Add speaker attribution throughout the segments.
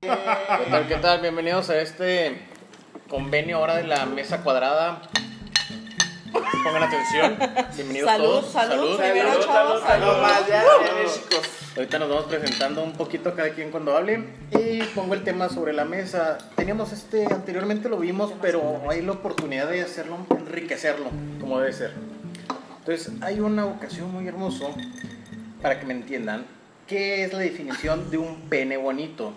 Speaker 1: ¿Qué tal? ¿Qué tal? Bienvenidos a este convenio ahora de la mesa cuadrada. Pongan atención. Bienvenidos
Speaker 2: Salud,
Speaker 1: todos.
Speaker 2: salud, primero,
Speaker 3: Salud,
Speaker 2: chavos,
Speaker 3: salud, salud,
Speaker 2: salud.
Speaker 3: más, ya, ya, México.
Speaker 1: Ahorita nos vamos presentando un poquito cada quien cuando hable y pongo el tema sobre la mesa. Teníamos este, anteriormente lo vimos, pero hay la oportunidad de hacerlo, enriquecerlo, como debe ser. Entonces, hay una ocasión muy hermosa, para que me entiendan, ¿qué es la definición de un pene bonito?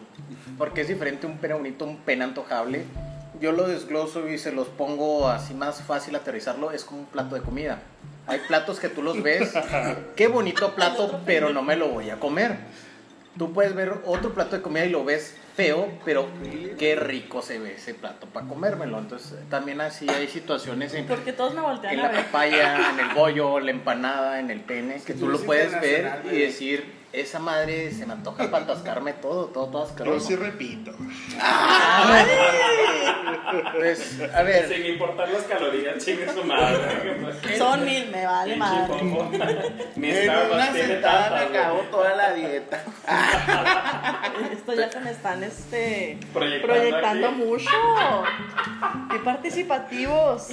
Speaker 1: Porque es diferente un pene bonito a un pene antojable. Yo lo desgloso y se los pongo así más fácil aterrizarlo, es como un plato de comida. Hay platos que tú los ves, qué bonito plato, pero no me lo voy a comer. Tú puedes ver otro plato de comida y lo ves feo, pero qué rico se ve ese plato para comérmelo. Entonces, también así hay situaciones en
Speaker 2: Porque todos me voltean
Speaker 1: en
Speaker 2: a
Speaker 1: la
Speaker 2: ver.
Speaker 1: papaya, en el bollo, la empanada, en el pene, que tú
Speaker 3: Sí,
Speaker 1: lo
Speaker 3: es
Speaker 1: puedes ver
Speaker 3: internacional,
Speaker 1: y
Speaker 3: güey.
Speaker 1: decir, esa madre se me antoja para atascarme todo, todo, todo
Speaker 4: Yo
Speaker 1: asqueroso.
Speaker 4: sí repito.
Speaker 1: Entonces, Pues, a ver,
Speaker 5: Sin importar las calorías, chingue su madre.
Speaker 2: Son mil, me vale madre.
Speaker 5: Mi
Speaker 3: En
Speaker 5: Starbucks
Speaker 3: una
Speaker 5: tiene
Speaker 3: sentada me
Speaker 5: tantas,
Speaker 3: acabó
Speaker 5: güey.
Speaker 3: toda la dieta.
Speaker 2: Esto ya se me están este,
Speaker 5: Proyectando
Speaker 2: proyectando
Speaker 5: aquí.
Speaker 2: mucho. Qué participativos.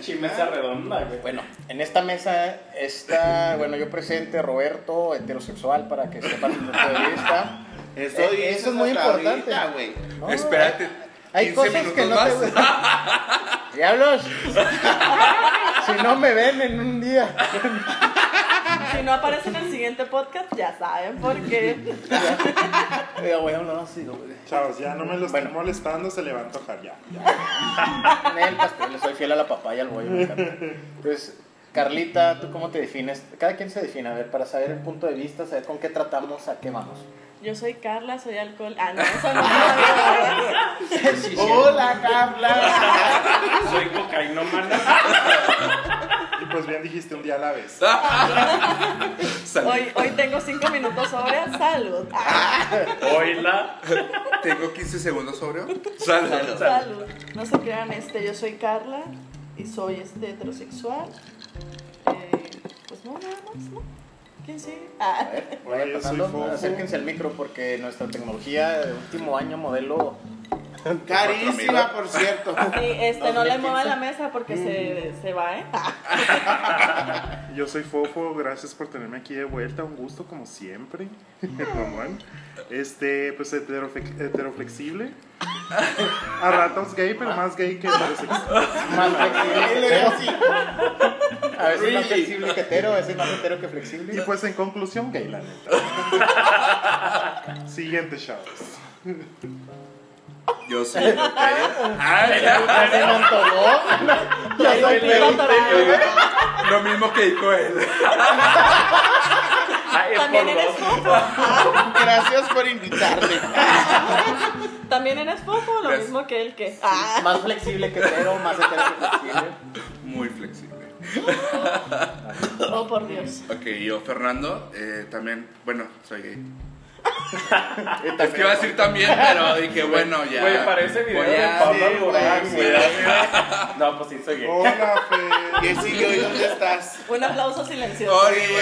Speaker 5: Chimesa redonda, güey.
Speaker 1: bueno, en esta mesa está, bueno, yo presente Roberto, heterosexual, para que sepan mi punto de vista. Eh,
Speaker 3: dices
Speaker 1: eso es muy
Speaker 3: hasta
Speaker 1: importante.
Speaker 3: ahorita, güey.
Speaker 1: No,
Speaker 6: Espérate.
Speaker 1: Hay
Speaker 6: 15
Speaker 1: cosas que no
Speaker 6: minutos
Speaker 1: te
Speaker 6: más.
Speaker 1: gustan. Diablos, si no me ven en un día.
Speaker 2: Si no aparecen en el siguiente podcast, ya saben por qué.
Speaker 1: Ya voy a hablar así, güey.
Speaker 4: Chavos, ya no me lo estén molestando, se le va a antojar ya. ya.
Speaker 1: En el pastel, le soy fiel a la papaya, al bollo, me encanta. Entonces, Carlita, ¿tú cómo te defines? Cada quien se define, a ver, para saber el punto de vista, saber con qué tratamos, a qué vamos.
Speaker 2: Yo soy Carla, soy alcohol. Ah, no, eso no.
Speaker 3: Hola, Carla.
Speaker 2: Ah.
Speaker 5: Soy cocainómana.
Speaker 4: Y pues bien dijiste un día a la vez.
Speaker 6: Salud.
Speaker 2: Hoy, hoy tengo cinco minutos sobre salud. Ah,
Speaker 5: Oila.
Speaker 6: Tengo 15 segundos sobre. Salud.
Speaker 2: salud. No se crean, este, yo soy Carla y soy este heterosexual. Eh, pues no, nada más, ¿no? ¿Quién sigue?
Speaker 1: A
Speaker 2: Ah.
Speaker 1: ver,
Speaker 4: Hola,
Speaker 1: vayan
Speaker 4: yo soy
Speaker 1: pasando.
Speaker 4: Fofo.
Speaker 1: acérquense al micro porque nuestra tecnología de último año, modelo.
Speaker 3: Carísima, por cierto.
Speaker 2: Sí, este, no le
Speaker 1: 2015.
Speaker 2: mueva la mesa porque se, se va, ¿eh?
Speaker 4: Yo soy Fofo, gracias por tenerme aquí de vuelta, un gusto como siempre. Mamón. Este, pues heterofe- heteroflexible. A ratos gay, pero más gay que heterosexual.
Speaker 1: Más flexible. A veces más
Speaker 3: Really?
Speaker 1: flexible que hetero, a veces más hetero que
Speaker 4: Y
Speaker 1: flexible.
Speaker 4: pues en conclusión, gay, la neta. Siguiente, chavos.
Speaker 6: Yo soy Euterio. Ay, ya.
Speaker 1: Ya se me antojó. Ya soy
Speaker 2: Iba a atorar.
Speaker 6: Lo mismo que dijo él.
Speaker 5: Ay, Ah, es
Speaker 2: También
Speaker 5: por
Speaker 2: eres
Speaker 5: dos.
Speaker 2: fofo.
Speaker 3: Gracias por invitarme.
Speaker 2: También eres fofo, lo
Speaker 6: Gracias.
Speaker 2: mismo que él que. Ah,
Speaker 1: Más flexible que hetero, más hetero que flexible.
Speaker 6: Muy flexible.
Speaker 2: oh por Dios.
Speaker 6: Ok, yo, Fernando, eh, también, bueno, soy gay. Es que iba a decir también, pero dije, bueno, ya.
Speaker 5: Güey, parece video
Speaker 6: Voy
Speaker 5: de
Speaker 6: a-
Speaker 5: Pablo
Speaker 6: sí,
Speaker 5: Alborán,
Speaker 6: güey,
Speaker 5: güey.
Speaker 6: sí.
Speaker 5: No, pues sí, soy gay.
Speaker 4: Hola,
Speaker 3: ¿Qué
Speaker 4: Fer.
Speaker 3: sigue hoy? ¿Dónde estás?
Speaker 2: Un aplauso silencioso.
Speaker 6: Oye,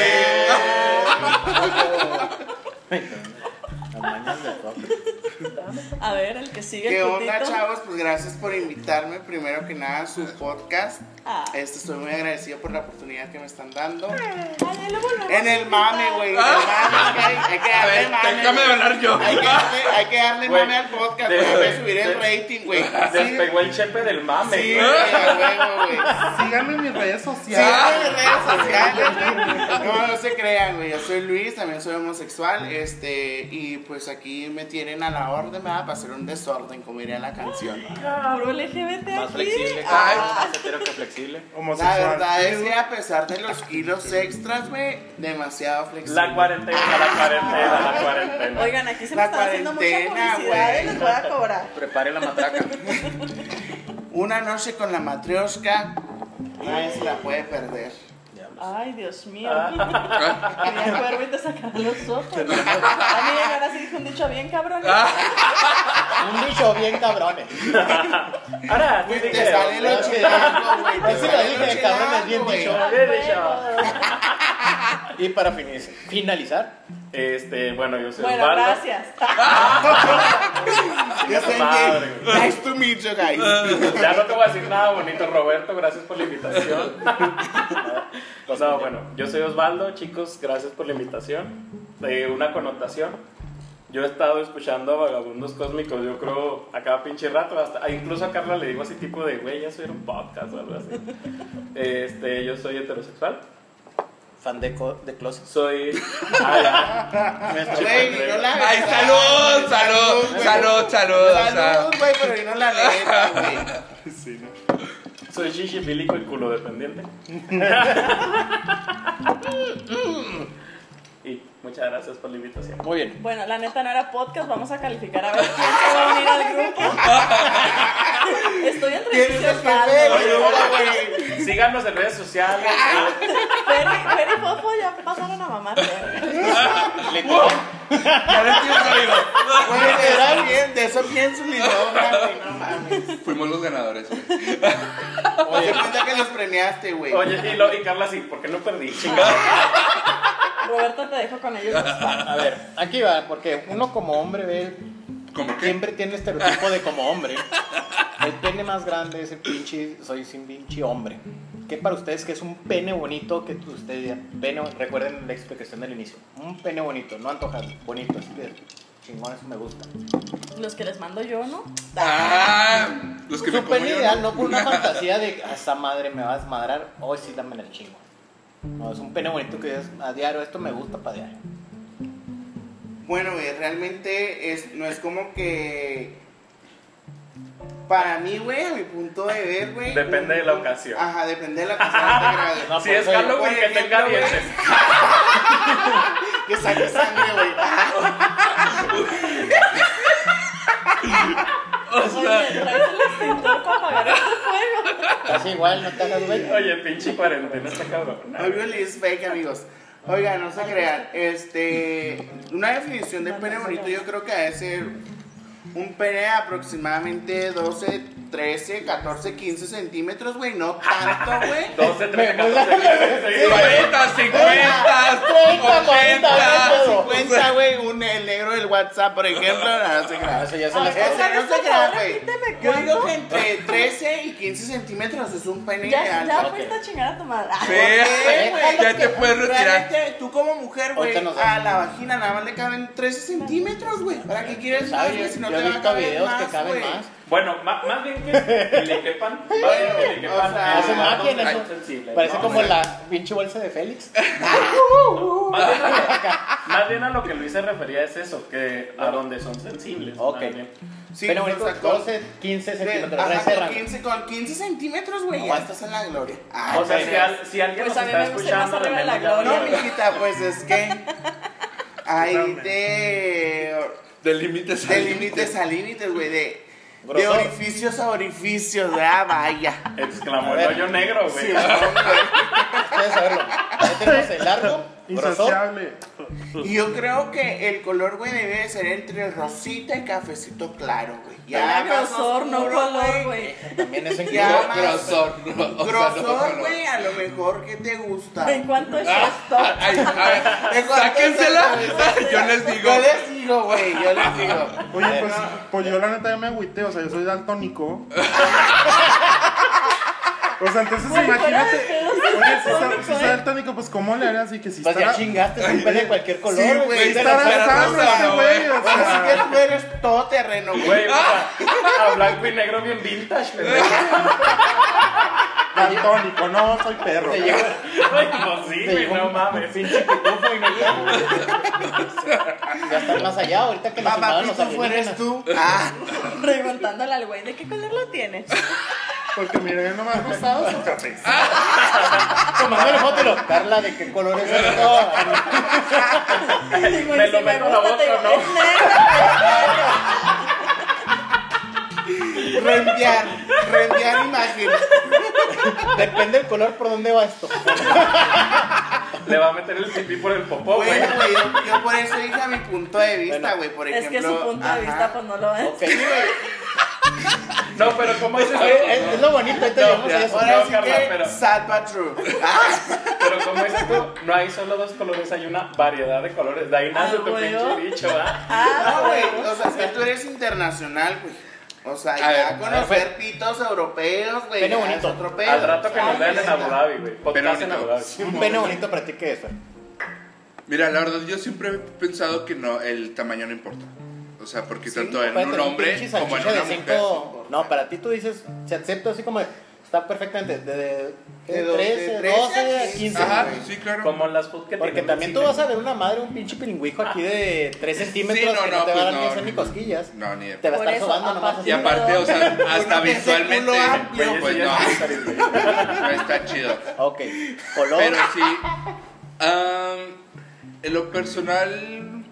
Speaker 2: A ver, el que sigue.
Speaker 3: ¿Qué
Speaker 2: el
Speaker 3: onda,
Speaker 2: putito.
Speaker 3: chavos? Pues gracias por invitarme primero que nada a su podcast.
Speaker 2: Ah.
Speaker 3: Este, estoy muy agradecido por la oportunidad que me están dando.
Speaker 2: Ay, ya lo volvemos
Speaker 3: En
Speaker 2: a
Speaker 3: el
Speaker 2: invitar.
Speaker 3: mame, güey. en el mame,
Speaker 5: Ah.
Speaker 3: Hay que- hay que
Speaker 6: a
Speaker 3: darle
Speaker 6: ver,
Speaker 3: mame.
Speaker 6: déjame
Speaker 3: güey.
Speaker 6: hablar yo.
Speaker 3: Hay que darle, hay que darle
Speaker 5: Güey,
Speaker 3: mame al podcast,
Speaker 5: de-
Speaker 3: güey. Hay que subir
Speaker 5: de-
Speaker 3: el rating, güey. Sí,
Speaker 5: Despegó el chepe del mame.
Speaker 3: sí,
Speaker 5: güey.
Speaker 3: güey, a huevo, güey.
Speaker 4: Síganme en mis redes
Speaker 3: Síganme en
Speaker 4: sociales.
Speaker 3: mis redes sociales. güey. No, no se crean, güey. Yo soy Luis, también soy homosexual. Este, y pues aquí me tienen a la orden, ¿verdad? Para hacer un desorden, como diría la canción.
Speaker 2: Puro LGBT
Speaker 1: Más
Speaker 2: aquí.
Speaker 1: flexible.
Speaker 2: Ah,
Speaker 1: Más hetero que flexible.
Speaker 3: La
Speaker 4: Homosexual.
Speaker 3: verdad es que a pesar de los kilos extras, güey, demasiado flexible.
Speaker 5: La cuarentena, la cuarentena, la cuarentena.
Speaker 2: Oigan, aquí se me
Speaker 3: La
Speaker 2: está haciendo mucha
Speaker 3: cuarentena,
Speaker 2: publicidad
Speaker 3: güey.
Speaker 2: y les voy a cobrar.
Speaker 1: Prepare la matraca.
Speaker 3: Una noche con la matrioshka, nadie se la puede perder.
Speaker 2: Ay, Dios mío. Tenía cuervo y te sacaron los ojos. A mí ahora sí dijo un dicho bien cabrón.
Speaker 1: Un bicho bien cabrones.
Speaker 5: Ahora, sí
Speaker 3: Güey, te
Speaker 5: dije,
Speaker 3: sale lo chilango, güey.
Speaker 1: Eso
Speaker 3: te
Speaker 1: lo
Speaker 3: sale
Speaker 1: dije, cabrón, es
Speaker 3: lo chilango,
Speaker 1: bien
Speaker 3: güey.
Speaker 1: dicho.
Speaker 5: Bien dicho.
Speaker 1: Y para finis- finalizar,
Speaker 5: Este, bueno, yo soy
Speaker 7: Bueno,
Speaker 5: Osvaldo.
Speaker 7: gracias.
Speaker 3: Ya saben
Speaker 5: Madre.
Speaker 3: que- Nice to meet you guys.
Speaker 5: Ah. Ya no te voy a decir nada bonito, Roberto. Gracias por la invitación. No, bueno, yo soy Osvaldo, chicos. Gracias por la invitación. Eh, una connotación. Yo he estado escuchando a vagabundos cósmicos, yo creo, a cada pinche rato. Hasta, ah, incluso a Carla le digo así tipo de, güey, ya soy un podcast o algo así. Este, yo soy heterosexual.
Speaker 1: fan de, co- de Closet.
Speaker 5: Soy. ah,
Speaker 3: Güey, ni no la hagas.
Speaker 6: Ay, salud, salud,
Speaker 3: güey.
Speaker 6: salud, salud. o sea.
Speaker 3: Salud, güey, pero ni no la letra, güey.
Speaker 4: Sí, ¿no?
Speaker 5: ya. soy chichifílico y culo dependiente. y muchas gracias por la invitación.
Speaker 1: Muy bien.
Speaker 7: Bueno, la neta no era podcast, vamos a calificar a ver quién se va a unir al grupo. Estoy entre
Speaker 3: Tienes
Speaker 7: Luis y
Speaker 3: el café, güey.
Speaker 7: Osvaldo.
Speaker 3: Hola, güey.
Speaker 5: Síganos en redes sociales.
Speaker 7: Fer y- Fer y Fofo ya pasaron a mamar. ¿eh?
Speaker 6: Ya ves, tío, amigo.
Speaker 3: Güey, de eso bien, de eso pienso ni no, güey, no mames.
Speaker 6: Fuimos los ganadores, güey.
Speaker 3: Te cuenta que los premiaste, güey.
Speaker 5: Oye, y, lo, y Carla sí, ¿por qué no perdí? Chingada.
Speaker 7: Roberto te dejo con ellos.
Speaker 1: A ver, aquí va, porque uno como hombre ve,
Speaker 6: ¿Cómo qué?
Speaker 1: siempre tiene el estereotipo de como hombre. El pene más grande es el pinche, soy sin pinche hombre. ¿Qué para ustedes que es un pene bonito que tú- ustedes digan? Pene, recuerden la explicación del inicio. Un pene bonito, no antojar, bonito, así de chingón, eso me gusta.
Speaker 7: Los que les mando yo, ¿no?
Speaker 6: Ah, los que
Speaker 1: Su
Speaker 6: me
Speaker 1: pene
Speaker 6: comieron.
Speaker 1: ideal, no por una fantasía de a esa madre me va a desmadrar, hoy sí dame en el chingo. No, es un pene bonito que es a diario, esto me gusta para diario.
Speaker 3: Bueno, güey, realmente es, no es como que. Para mí, güey, a mi punto de ver, güey.
Speaker 5: Depende de la ocasión.
Speaker 3: Ajá, depende de la
Speaker 1: No, pues,
Speaker 3: ocasión. güey.
Speaker 5: Si es Halloween, que tenga dientes.
Speaker 3: que saque sangre, güey.
Speaker 7: Oye, traes el extintor para apagar el fuego.
Speaker 1: Así igual, no te hagas güey.
Speaker 5: Oye, pinche cuarentena está cabrón.
Speaker 3: Obvio es fake, amigos. Oigan, no se crean. Este, una definición de pene bonito yo creo que debe ser un pene de aproximadamente 12, 13, 14, 15 centímetros, güey. No tanto, güey.
Speaker 5: 12, 13,
Speaker 1: Me
Speaker 5: 14
Speaker 6: 50, 50,
Speaker 1: 30, 40,
Speaker 6: 80.
Speaker 3: 50, güey, un, el negro del WhatsApp, por ejemplo. No, no se crean.
Speaker 1: Eso ya se
Speaker 7: Ay,
Speaker 1: las
Speaker 7: o sea,
Speaker 1: paso.
Speaker 3: Ese, no se
Speaker 7: por
Speaker 3: crean,
Speaker 7: favor,
Speaker 3: güey.
Speaker 7: repíteme,
Speaker 3: Yo digo
Speaker 7: ¿cuánto?
Speaker 3: que entre 13 y 15 centímetros es un pene
Speaker 7: Ya,
Speaker 3: ideal.
Speaker 7: ya
Speaker 1: Ok.
Speaker 7: fuiste a chingar a tu madre.
Speaker 6: Sí,
Speaker 3: qué, güey?
Speaker 6: ya te puedes retirar.
Speaker 3: Realmente, tú como mujer, güey,
Speaker 1: Ahorita nos
Speaker 3: a la vagina nada más le caben 13 centímetros, güey. ¿Para qué quieres más,
Speaker 1: Ay,
Speaker 3: güey? Si no
Speaker 1: yo
Speaker 3: te
Speaker 1: he
Speaker 3: va a
Speaker 1: visto
Speaker 3: caber
Speaker 1: videos
Speaker 3: más,
Speaker 1: que caben
Speaker 3: güey.
Speaker 1: más.
Speaker 5: Bueno, ma- más bien que que le quepan. Más bien que le quepan.
Speaker 3: O sea,
Speaker 5: es
Speaker 1: Hace
Speaker 3: Ah,
Speaker 1: máquina,
Speaker 5: más
Speaker 1: eso.
Speaker 5: sensible,
Speaker 1: Parece
Speaker 5: ¿no?
Speaker 1: como la pinche bolsa de Félix.
Speaker 5: Más bien, a lo- más bien a lo que Luis se refería es eso, que a donde son sensibles.
Speaker 1: Ok.
Speaker 5: más bien.
Speaker 3: Sí,
Speaker 1: Pero
Speaker 3: o
Speaker 1: bonito,
Speaker 3: sea, con-
Speaker 1: 12, 15
Speaker 3: de-
Speaker 1: centímetros.
Speaker 3: ajá,
Speaker 1: Ese
Speaker 3: con
Speaker 1: rango.
Speaker 3: 15, con 15 centímetros, güey, ya
Speaker 1: Aguanta.
Speaker 3: estás en la gloria. Ay,
Speaker 5: O sea,
Speaker 3: güey.
Speaker 5: si, al- si alguien
Speaker 7: Pues a
Speaker 5: nos
Speaker 7: mí
Speaker 5: está
Speaker 7: me gusta más
Speaker 5: escuchando,
Speaker 7: arriba de la
Speaker 5: remélame.
Speaker 3: No, mijita, pues es que... Ahí de...
Speaker 6: Del límite
Speaker 3: De
Speaker 6: sale.
Speaker 3: límites a límites, güey, de... De
Speaker 1: Grosor.
Speaker 3: orificios a orificios, ah, vaya.
Speaker 5: Exclamó
Speaker 1: A
Speaker 5: el
Speaker 1: ver.
Speaker 5: hoyo negro, güey.
Speaker 3: Sí, güey.
Speaker 1: Ustedes saberlo. Ya tenemos el largo, grosor.
Speaker 4: Insaciable.
Speaker 3: Y yo creo que el color, güey, debe de ser entre rosita y cafecito claro, güey.
Speaker 7: Era
Speaker 3: más
Speaker 7: grosor, no
Speaker 3: oscuro,
Speaker 7: color, güey.
Speaker 1: También es en
Speaker 3: Ya,
Speaker 1: grosor.
Speaker 3: más-
Speaker 6: Grosor, no, o sea, no,
Speaker 3: Grosor,
Speaker 6: no.
Speaker 3: güey, a lo mejor que te gusta.
Speaker 7: ¿En cuánto es esto?
Speaker 6: Ay, a ver, sáquensela. Yo les digo.
Speaker 3: Yo les digo, güey, yo les digo.
Speaker 4: Oye, pues, pues yo la neta ya me agüité, o sea, yo soy daltónico. O sea, entonces
Speaker 7: Güey,
Speaker 4: imagínate.
Speaker 7: fuera de pedo, soy
Speaker 4: Oye, si soy-
Speaker 7: daltónico,
Speaker 4: si soy daltónico, pues ¿cómo le harás? Y que si
Speaker 1: Pues
Speaker 4: estará-
Speaker 1: ya chingaste, es un pene de cualquier color.
Speaker 3: Sí,
Speaker 1: güey.
Speaker 3: güey,
Speaker 1: Te
Speaker 4: estará
Speaker 1: lo
Speaker 6: Pero
Speaker 4: sano
Speaker 6: rosa,
Speaker 4: ese
Speaker 6: no,
Speaker 4: güey, o
Speaker 3: Ahora sí que
Speaker 4: sea.
Speaker 3: tú eres todo terreno, güey.
Speaker 5: Güey, o sea, a blanco y negro bien vintage, pendejo.
Speaker 4: Daltónico, no, soy perro.
Speaker 1: Te llegó,
Speaker 5: Ay, pues sí,
Speaker 1: te
Speaker 5: güey,
Speaker 1: llegó
Speaker 5: no
Speaker 1: un
Speaker 5: mames.
Speaker 1: pinche pitufo y no Ya están más allá, ahorita que nos
Speaker 3: Papá,
Speaker 1: invadan los
Speaker 3: tú fueres
Speaker 1: alienígenas.
Speaker 3: tú. Ah,
Speaker 7: Preguntándole al güey, ¿de qué color lo tienes?
Speaker 4: Porque mira, yo no me ha gustado su cabeza.
Speaker 1: Tomándole Pues foto y lo, Carla, ¿de qué color es esto?
Speaker 7: Y güey,
Speaker 5: Me
Speaker 7: si
Speaker 5: lo meto en la
Speaker 7: gusta, te
Speaker 5: boca,
Speaker 7: digo,
Speaker 5: ¿no?
Speaker 7: "Es negro".
Speaker 3: reenviar, reenviar imágenes.
Speaker 1: Depende del color por dónde va esto.
Speaker 5: Le va a meter el pipí por el popó,
Speaker 3: Güey,
Speaker 5: güey.
Speaker 3: güey, yo, yo por eso dije a mi punto de vista,
Speaker 1: Bueno,
Speaker 3: güey, por
Speaker 7: Es
Speaker 2: pues,
Speaker 3: ejemplo.
Speaker 7: que su punto
Speaker 3: ajá.
Speaker 7: de vista pues no lo es.
Speaker 1: Ok,
Speaker 5: No, pero ¿cómo dices
Speaker 1: Es,
Speaker 5: tú?
Speaker 1: es lo bonito, ahorita llegamos a eso.
Speaker 3: Ahora
Speaker 5: No,
Speaker 3: sí
Speaker 5: Carla,
Speaker 3: que
Speaker 5: pero-
Speaker 3: sad but true.
Speaker 5: Pero ¿cómo dices tú? No hay solo dos colores, hay una variedad de colores. De ahí nace
Speaker 7: Ah,
Speaker 5: tu
Speaker 7: huevo.
Speaker 5: pinche dicho, ¿verdad?
Speaker 1: Ah,
Speaker 3: No, güey. O sea, es que tú eres internacional, güey. O sea, ya
Speaker 6: ver,
Speaker 3: conocer pitos europeos, güey.
Speaker 1: Pene
Speaker 3: ya es
Speaker 1: bonito.
Speaker 3: otro pedo.
Speaker 5: Al rato que nos
Speaker 3: Ay,
Speaker 5: vean en Abu Dhabi, güey. Podcast en
Speaker 6: bonito.
Speaker 5: Abu Dhabi.
Speaker 1: Un pene bonito para ti que es.
Speaker 6: Mira, la verdad, yo siempre he pensado que no, el tamaño no importa. O sea, porque tanto en
Speaker 1: Puede
Speaker 6: un
Speaker 1: tener
Speaker 6: hombre
Speaker 1: pinche
Speaker 6: como en
Speaker 1: salchicha
Speaker 6: una
Speaker 1: de
Speaker 6: mujer.
Speaker 1: cinco- No, para ti tú dices, se acepta así como, de- está perfectamente, de, de,
Speaker 3: De
Speaker 1: de
Speaker 3: dos- de
Speaker 1: 13,
Speaker 3: 13 a
Speaker 1: 12 a
Speaker 3: 15.
Speaker 1: 15.
Speaker 6: Ajá,
Speaker 1: güey.
Speaker 6: sí, claro.
Speaker 5: Como las food que
Speaker 1: Porque
Speaker 5: tienen
Speaker 1: también
Speaker 5: en
Speaker 1: tú
Speaker 5: cine.
Speaker 1: vas a ver una madre, un pinche piringüijo aquí de 3 centímetros
Speaker 6: no,
Speaker 1: que
Speaker 6: no,
Speaker 1: no te va a
Speaker 6: pues
Speaker 1: dar
Speaker 6: no,
Speaker 1: ni hacer ni
Speaker 6: no.
Speaker 1: cosquillas.
Speaker 6: No, ni de...
Speaker 1: Te va a
Speaker 7: Por
Speaker 1: estar
Speaker 7: eso,
Speaker 1: sobando nomás así.
Speaker 6: Y aparte, o sea, hasta
Speaker 3: Uno que es de
Speaker 6: visualmente,
Speaker 3: culo amplio,
Speaker 6: pues
Speaker 5: Güey,
Speaker 6: no,
Speaker 5: eso ya es diferente.
Speaker 6: no está chido.
Speaker 1: Ok, color.
Speaker 6: Pero sí, am, en lo personal,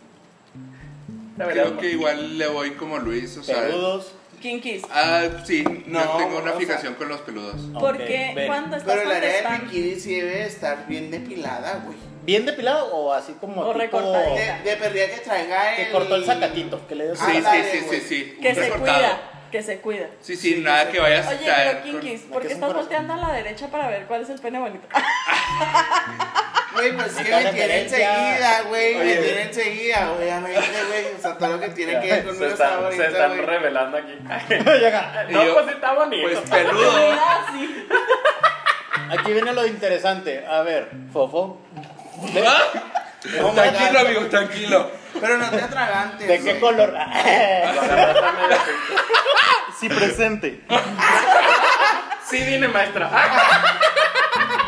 Speaker 5: La verdad,
Speaker 6: creo que igual le voy como Luis, o sea...
Speaker 1: peludos.
Speaker 2: Kinkis.
Speaker 6: Ah, sí, no,
Speaker 3: No,
Speaker 6: tengo una
Speaker 3: o
Speaker 6: fijación con los peludos.
Speaker 1: Ok,
Speaker 2: Porque
Speaker 1: ven.
Speaker 2: cuando estás
Speaker 3: Pero el área de
Speaker 2: contestando.
Speaker 3: bikini sí debe estar bien depilada, güey.
Speaker 1: ¿Bien depilado o así como
Speaker 2: O
Speaker 1: tipo-
Speaker 2: recortadita.
Speaker 3: De, de perdida que traiga el...
Speaker 1: Que cortó el sacatito, que le dio
Speaker 3: Ah,
Speaker 1: su-
Speaker 6: Sí, sí,
Speaker 3: dale,
Speaker 6: sí, sí,
Speaker 3: güey.
Speaker 6: sí. un
Speaker 2: Que se
Speaker 6: recortado.
Speaker 2: cuida, que se cuida.
Speaker 6: Sí, sí, nada que, vayas a
Speaker 2: Oye,
Speaker 6: traer
Speaker 2: pero Kinkis,
Speaker 1: con-
Speaker 2: ¿por
Speaker 1: que
Speaker 2: qué
Speaker 1: es un
Speaker 2: estás
Speaker 1: corazón.
Speaker 2: volteando a la derecha para ver cuál es el pene bonito? Ah,
Speaker 3: Güey, pues es que
Speaker 1: Esta
Speaker 3: me tiene
Speaker 1: referencia.
Speaker 3: enseguida, güey. Me
Speaker 1: Oye.
Speaker 3: tiene enseguida, obviamente, güey. O sea, todo lo que tiene que ver
Speaker 5: Se
Speaker 3: conmigo está
Speaker 5: están, se están
Speaker 3: bonito, güey.
Speaker 5: revelando aquí.
Speaker 1: Llega.
Speaker 5: No,
Speaker 6: yo-
Speaker 5: pues está bonito.
Speaker 6: Pues peludo.
Speaker 2: Así.
Speaker 1: Aquí viene lo interesante. A ver, Fofo. ¿De,
Speaker 6: Oh, tranquilo, amigo, tranquilo.
Speaker 3: Pero no te atragantes,
Speaker 1: de qué
Speaker 3: güey.
Speaker 1: color?
Speaker 5: Lo agarraste a medio pelo.
Speaker 4: Sí, presente.
Speaker 5: Sí, dime, maestra. Ah,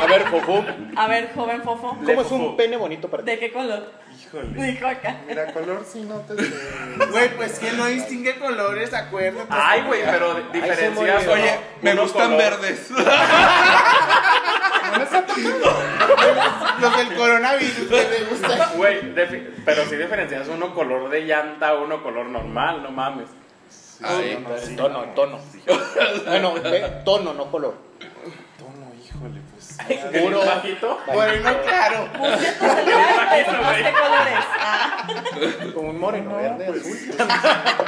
Speaker 1: A ver, Fofo.
Speaker 2: A ver, joven fofo,
Speaker 1: ¿Cómo es
Speaker 5: Fofo.
Speaker 1: un pene bonito para ti?
Speaker 2: ¿de qué color?
Speaker 4: Híjole.
Speaker 2: Dijo acá.
Speaker 4: Mira, color sí no te
Speaker 3: Güey, pues que no distingue colores, acuérdate.
Speaker 5: Ay, güey, pero diferencias.
Speaker 1: murió.
Speaker 6: Oye, me
Speaker 5: uno
Speaker 6: gustan
Speaker 5: color.
Speaker 6: verdes.
Speaker 3: Los del coronavirus, güey, me gusta.
Speaker 5: Güey, defi- pero sí diferencias uno color de llanta, uno color normal, no mames.
Speaker 6: Ay,
Speaker 1: Tono, tono. Bueno, ve, tono, no color.
Speaker 4: Tono, híjole, pues.
Speaker 5: Gris
Speaker 1: Puro.
Speaker 5: bajito.
Speaker 3: Bueno, claro.
Speaker 2: Busca tu celular y te tomas qué colores. Ah,
Speaker 1: Como un moreno verde,
Speaker 4: pues,
Speaker 1: azul.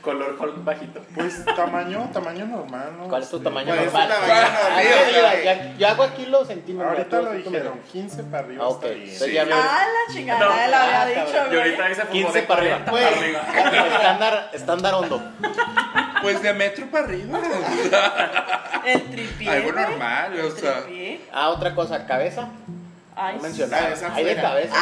Speaker 5: Color col- bajito.
Speaker 4: Pues tamaño, tamaño normal, ¿no?
Speaker 1: ¿Cuál es tu
Speaker 4: Este,
Speaker 1: tamaño
Speaker 3: ¿Cuál
Speaker 6: Pues,
Speaker 3: es tu
Speaker 1: normal?
Speaker 3: tamaño
Speaker 1: Ah,
Speaker 3: normal,
Speaker 1: mira,
Speaker 3: güey?
Speaker 1: ya- Yo hago aquí los centímetros.
Speaker 4: Ahorita
Speaker 1: tú-
Speaker 4: lo
Speaker 1: tú me
Speaker 4: dijeron,
Speaker 1: dices.
Speaker 4: 15 para arriba
Speaker 1: Ah, ok.
Speaker 4: está
Speaker 1: Entonces
Speaker 4: bien.
Speaker 1: ya me-
Speaker 2: ah, la chingada,
Speaker 5: No.
Speaker 2: él había
Speaker 1: Ah,
Speaker 2: dicho,
Speaker 1: cabrón.
Speaker 5: Y
Speaker 2: güey.
Speaker 5: ahorita dice
Speaker 1: 15 para arriba. Estándar, estándar hondo.
Speaker 6: Pues de metro para arriba.
Speaker 2: El tripié.
Speaker 6: Algo
Speaker 2: güey.
Speaker 6: normal, o
Speaker 2: El
Speaker 6: sea.
Speaker 2: tripié.
Speaker 1: Ah, otra cosa, cabeza.
Speaker 2: Ay,
Speaker 1: No
Speaker 2: sí.
Speaker 4: Ah,
Speaker 1: mencionaba.
Speaker 3: Cabeza
Speaker 1: Hay de
Speaker 3: fuera.
Speaker 1: cabeza.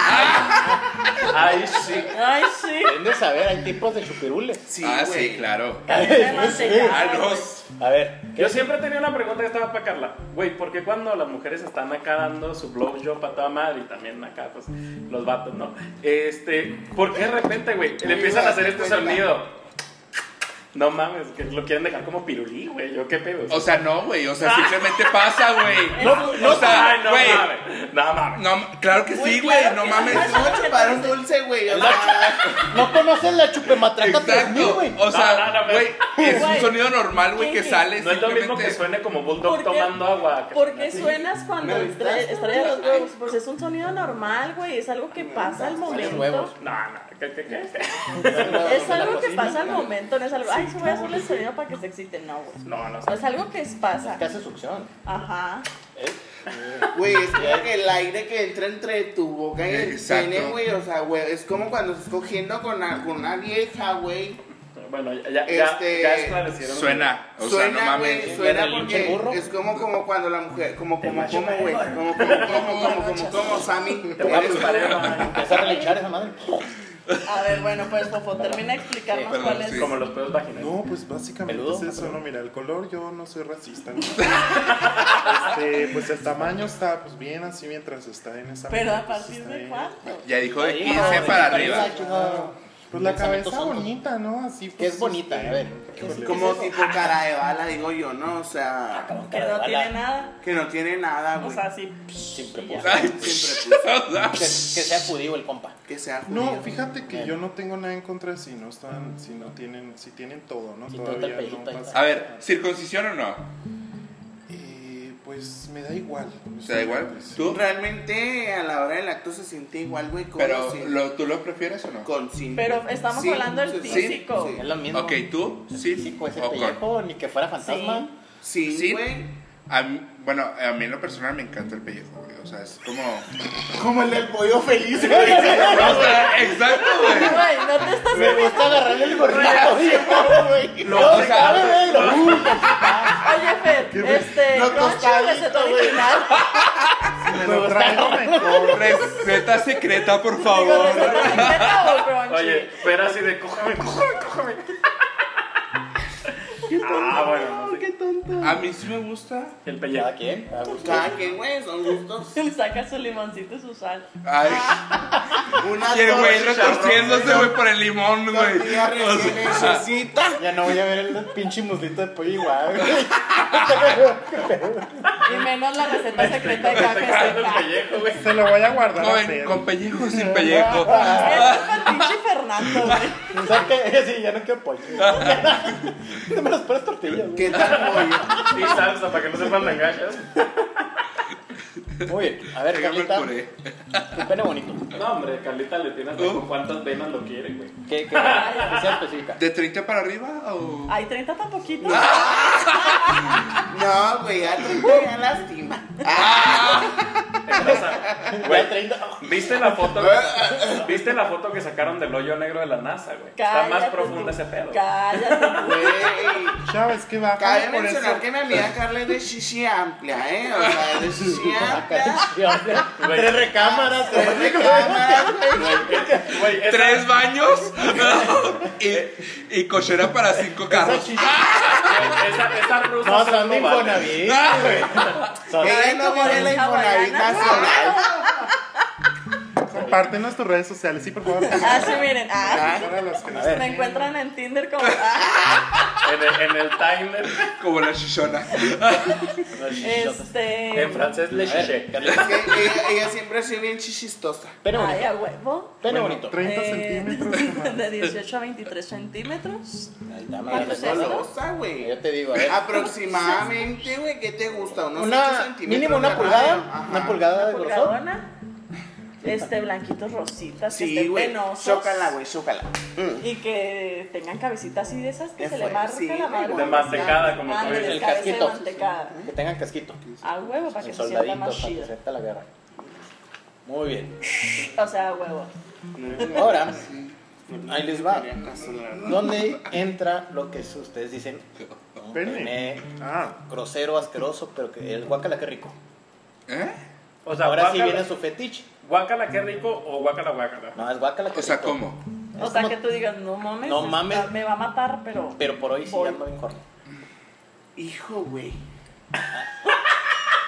Speaker 5: Ay, sí.
Speaker 2: Ay, sí.
Speaker 1: Deben de saber, hay tipos de chupirules.
Speaker 3: Sí,
Speaker 6: ah,
Speaker 3: güey.
Speaker 6: sí, claro.
Speaker 2: Cabeza mantecada,
Speaker 6: Ah, no.
Speaker 2: güey.
Speaker 1: A ver,
Speaker 5: Yo siempre tenía una pregunta que estaba para Carla. Güey, ¿por qué cuando las mujeres están acá dando su blowjob a toda madre y también acá, pues, los vatos, ¿no? Este, ¿por qué de repente, güey, le empiezan a hacer este sonido? No mames, que lo quieren dejar como pirulí, güey. Yo qué pedo.
Speaker 6: O sea, no, güey. O sea, simplemente pasa, güey.
Speaker 1: no,
Speaker 6: O sea,
Speaker 5: Ay, no
Speaker 6: güey.
Speaker 5: mames. No mames.
Speaker 6: No, ma- claro que sí,
Speaker 2: Güey,
Speaker 6: güey.
Speaker 2: claro
Speaker 6: No
Speaker 2: que
Speaker 6: mames.
Speaker 2: sí.
Speaker 3: No, chupar un dulce, güey. o sea,
Speaker 1: no conoces la chupematraca 3000,
Speaker 6: Exacto.
Speaker 1: güey.
Speaker 6: O
Speaker 5: No, no,
Speaker 6: sea,
Speaker 5: no,
Speaker 6: güey, es un
Speaker 2: Güey.
Speaker 6: sonido normal, güey, que
Speaker 2: ¿Qué?
Speaker 6: sale.
Speaker 5: No es lo mismo que
Speaker 6: Simplemente.
Speaker 5: suene como
Speaker 2: ¿Por
Speaker 5: Bulldog
Speaker 2: qué?
Speaker 5: tomando agua. que
Speaker 2: ¿Por qué
Speaker 5: suena así.
Speaker 2: suenas cuando
Speaker 3: Me
Speaker 2: estra-
Speaker 3: estás
Speaker 2: estrellas los huevos? Pues es un sonido normal, güey. Es algo que pasa al
Speaker 1: Huevos.
Speaker 2: momento.
Speaker 5: No, no, ¿qué, qué, qué?
Speaker 2: Es
Speaker 1: De la
Speaker 2: algo que
Speaker 1: cocina.
Speaker 2: pasa al momento. No es algo, ay, sí, voy a hacerle el sonido para que se exciten. No, güey.
Speaker 5: No, no
Speaker 2: No
Speaker 5: sé.
Speaker 2: es algo que es- pasa.
Speaker 1: Te hace succión.
Speaker 2: Ajá.
Speaker 3: Güey, es como que el aire que entra entre tu boca y el
Speaker 6: Exacto.
Speaker 3: pene, güey. O sea, güey, es como cuando estás cogiendo con, una- con una vieja, güey.
Speaker 5: Bueno, ya, ya,
Speaker 3: Este,
Speaker 5: ya esclarecieron.
Speaker 6: Suena. O sea, no
Speaker 3: Suena,
Speaker 6: mames.
Speaker 3: güey, suena
Speaker 1: Suena el
Speaker 3: porque
Speaker 1: pinche burro.
Speaker 3: es como, como cuando la mujer, como, como,
Speaker 5: macho,
Speaker 3: como, güey, como, como, como, como, como, como, Sammy,
Speaker 5: Te voy a
Speaker 3: eres-
Speaker 5: preparar una-
Speaker 1: Empieza a relinchar esa madre.
Speaker 2: A ver, bueno, pues, Fofo, termina de explicarnos
Speaker 6: Perdón,
Speaker 2: cuál es.
Speaker 6: sí.
Speaker 5: Como los pedos vaginales.
Speaker 4: No, pues básicamente
Speaker 1: Peludo,
Speaker 4: es eso,
Speaker 1: peludo.
Speaker 4: ¿no? Mira, el color yo no soy racista. ¿no? Este, pues el tamaño está pues bien así mientras está en esa.
Speaker 2: Pero a
Speaker 4: pues,
Speaker 2: partir
Speaker 4: está
Speaker 2: de
Speaker 4: bien.
Speaker 2: cuándo?
Speaker 6: Ya dijo de
Speaker 1: Ahí,
Speaker 6: 15
Speaker 1: no,
Speaker 6: para
Speaker 1: de
Speaker 6: arriba.
Speaker 1: cabeza, chingado.
Speaker 4: Pues la
Speaker 1: Pensamientos
Speaker 4: cabeza
Speaker 1: hondos.
Speaker 4: bonita, ¿no? Así pues.
Speaker 1: Que es bonita,
Speaker 4: este,
Speaker 1: a ver.
Speaker 4: híjole.
Speaker 3: como tipo cara de bala, digo yo, ¿no? O sea,
Speaker 2: Que no tiene nada.
Speaker 3: que no tiene nada,
Speaker 2: O
Speaker 3: güey.
Speaker 2: sea, sí.
Speaker 1: Sin
Speaker 2: y ya.
Speaker 1: prepucio.
Speaker 6: Ay,
Speaker 3: Siempre, pues,
Speaker 1: Que, que sea judío el compa.
Speaker 3: que sea
Speaker 4: No,
Speaker 3: judío.
Speaker 4: fíjate que
Speaker 1: Bien.
Speaker 4: yo no tengo nada en contra si no están, si no tienen, si tienen todo, ¿no?
Speaker 1: Si todo está
Speaker 4: Todavía
Speaker 1: el pelito
Speaker 4: no
Speaker 1: ahí.
Speaker 4: pasa
Speaker 6: A ver,
Speaker 4: nada.
Speaker 6: ¿circuncisión o no?
Speaker 4: Y, Pues me da igual.
Speaker 6: ¿Te da igual?
Speaker 4: Sí. pues.
Speaker 6: ¿Tú?
Speaker 3: Realmente a la hora del acto se siente igual, güey, con
Speaker 6: Pero,
Speaker 3: sin-
Speaker 6: lo- ¿tú lo prefieres o no?
Speaker 3: con sin.
Speaker 2: Pero estamos hablando del físico.
Speaker 1: Es lo mismo.
Speaker 6: Ok, ¿tú?
Speaker 1: Sí,
Speaker 6: ¿Sí?
Speaker 1: sí, con ese
Speaker 6: ¿O con?
Speaker 1: pellejo, ni que fuera fantasma.
Speaker 3: Sí,
Speaker 6: Sí.
Speaker 3: güey.
Speaker 6: A mí- bueno, a mí en lo personal me encanta el pellejo, güey. O sea, es como...
Speaker 3: Como el del pollo feliz, güey.
Speaker 6: O sea, exacto, güey.
Speaker 2: Güey, no te estás
Speaker 1: Me gusta agarrarle el gorrito, güey.
Speaker 6: Lo-
Speaker 1: No,
Speaker 6: o
Speaker 1: se
Speaker 6: sea,
Speaker 1: cabe, güey, lo-
Speaker 2: Oye, Fer, este,
Speaker 3: No
Speaker 2: Crunchy o receta original.
Speaker 4: Me lo traen.
Speaker 6: Receta secreta, por
Speaker 2: Digo,
Speaker 6: favor.
Speaker 2: receta secreta o Crunchy.
Speaker 5: Oye, pero así de cójame, cójame, cójame. Ah, bueno, no sé.
Speaker 6: A mí sí me gusta.
Speaker 5: El
Speaker 1: ¿Cada
Speaker 5: pellejo.
Speaker 1: quien? cada gusto.
Speaker 3: Cada quien, güey, son gustos.
Speaker 2: Le saca su limoncito y su sal.
Speaker 6: Ay,
Speaker 3: Una
Speaker 6: y el güey
Speaker 3: torre,
Speaker 6: retorciéndose, güey, por el limón, güey.
Speaker 3: tortilla
Speaker 6: O
Speaker 3: recién
Speaker 6: sea,
Speaker 3: hechecita.
Speaker 1: Ya no voy a ver el pinche muslito de pollo igual, güey.
Speaker 2: Y menos la receta secreta de
Speaker 5: Te cae el
Speaker 2: KFC.
Speaker 5: pellejo, güey.
Speaker 4: Se lo voy a guardar
Speaker 6: no,
Speaker 4: a
Speaker 6: ven,
Speaker 4: Fer.
Speaker 6: con pellejo o sin pellejo.
Speaker 2: Es el pinche Fernando, güey.
Speaker 1: ¿Sabes qué? Sí, ya no quiero pollo. No me los pones tortillas, güey.
Speaker 3: ¿Qué tal, pollo?
Speaker 5: Y salsa para que no sepan las gachas.
Speaker 1: Muy bien. A ver,
Speaker 6: Tráigame el
Speaker 1: Carlita,
Speaker 6: puré.
Speaker 1: tu pene bonito.
Speaker 5: No, hombre, Carlita le tiene hasta con cuántas venas lo quiere, güey.
Speaker 1: ¿Qué, qué? Que sea específica.
Speaker 6: ¿De 30 para arriba o...?
Speaker 2: Ay, 30 tan poquito.
Speaker 3: Ah. No, güey, ya te ya lástima.
Speaker 5: Entonces,
Speaker 1: Güey,
Speaker 5: güey,
Speaker 1: 30. oh,
Speaker 5: ¿viste la foto? ¿Viste la foto que sacaron del hoyo negro de la NASA, güey? Está
Speaker 2: Cállate
Speaker 5: más
Speaker 2: tú.
Speaker 5: profundo ese pedo.
Speaker 2: Cállate.
Speaker 3: Güey.
Speaker 4: Sabes que va
Speaker 3: Cabe
Speaker 4: por eso.
Speaker 3: mencionar que mi amiga Carla es de shishi amplia, ¿eh? O sea, es de shishi amplia.
Speaker 1: sí, hombre. Tres recámaras.
Speaker 3: Tres recámaras, güey.
Speaker 5: Güey, esa-
Speaker 6: ¿Tres baños? y, y cochera para cinco
Speaker 1: Esa
Speaker 6: carros.
Speaker 1: chicha.
Speaker 5: güey, esa, esa rusa
Speaker 1: No,
Speaker 5: solo
Speaker 1: son de
Speaker 5: vale.
Speaker 1: Infonavit,
Speaker 6: Ah.
Speaker 1: güey. Son-
Speaker 3: Ella no viene la Infonavit Nacional.
Speaker 4: Compártenos tus redes sociales, sí, por favor.
Speaker 2: Así miren. Ah,
Speaker 4: Para los que no-
Speaker 2: me encuentran en Tinder como. ah,
Speaker 5: En el, en el timer.
Speaker 6: Como la chichona.
Speaker 2: este.
Speaker 5: En francés, le
Speaker 1: A ver,
Speaker 5: chiche.
Speaker 1: Carlita,
Speaker 3: Es que ella, ella siempre ha sido bien chichistosa.
Speaker 1: Pene
Speaker 2: Ay,
Speaker 1: bonito.
Speaker 2: a huevo.
Speaker 1: Pene
Speaker 4: Bueno,
Speaker 1: bonito.
Speaker 4: 30
Speaker 2: Eh,
Speaker 4: centímetros. ¿no?
Speaker 2: de 18 a 23 centímetros.
Speaker 1: Ahí está, madre,
Speaker 2: ¿Cuánto es
Speaker 1: solo.
Speaker 2: eso?
Speaker 3: Golosa, güey.
Speaker 1: Yo te digo, a ver.
Speaker 3: Aproximadamente, güey, ¿qué te gusta? ¿Unos ocho
Speaker 1: Una,
Speaker 3: centímetros
Speaker 1: mínimo una
Speaker 3: de radio?
Speaker 1: pulgada.
Speaker 3: Ajá.
Speaker 1: Una pulgada de grosor.
Speaker 2: Pulgadona. Este, blanquitos rositas, que
Speaker 1: este
Speaker 3: Sí,
Speaker 2: estén
Speaker 3: güey.
Speaker 2: penosos.
Speaker 3: Chócala, güey, chócala.
Speaker 2: Y que tengan cabecitas así de esas que
Speaker 3: ¿Qué
Speaker 2: se
Speaker 3: fue?
Speaker 2: le marca
Speaker 3: Sí,
Speaker 2: la madre.
Speaker 5: De mantecada, como tú
Speaker 2: Ándale,
Speaker 5: dices.
Speaker 1: El
Speaker 2: cabeza de
Speaker 1: casquito.
Speaker 2: mantecada.
Speaker 1: Que tengan casquito.
Speaker 2: A huevo, para que
Speaker 1: El
Speaker 2: se sienta
Speaker 1: soldadito
Speaker 2: más
Speaker 1: para que
Speaker 2: chido.
Speaker 1: se la guerra. Muy bien.
Speaker 2: O sea, a huevo.
Speaker 1: Ahora, ahí les va.
Speaker 3: Haría caso, la verdad.
Speaker 1: ¿Dónde entra lo que es- ustedes dicen? un
Speaker 4: Pene. Ah,
Speaker 1: grosero, asqueroso, pero que el guacala qué rico.
Speaker 6: ¿Eh?
Speaker 5: O sea,
Speaker 1: Ahora sí
Speaker 5: guácala-
Speaker 1: viene su fetiche.
Speaker 5: Guácala, qué rico o guácala, guácala.
Speaker 1: No, es guacala qué
Speaker 6: O sea,
Speaker 1: rico.
Speaker 6: ¿cómo?
Speaker 2: O sea, que tú digas, no mames.
Speaker 1: No mames.
Speaker 2: esta- Me va a matar, pero.
Speaker 1: Pero por hoy sí
Speaker 2: Voy.
Speaker 1: ando bien corto.
Speaker 3: Hijo, güey.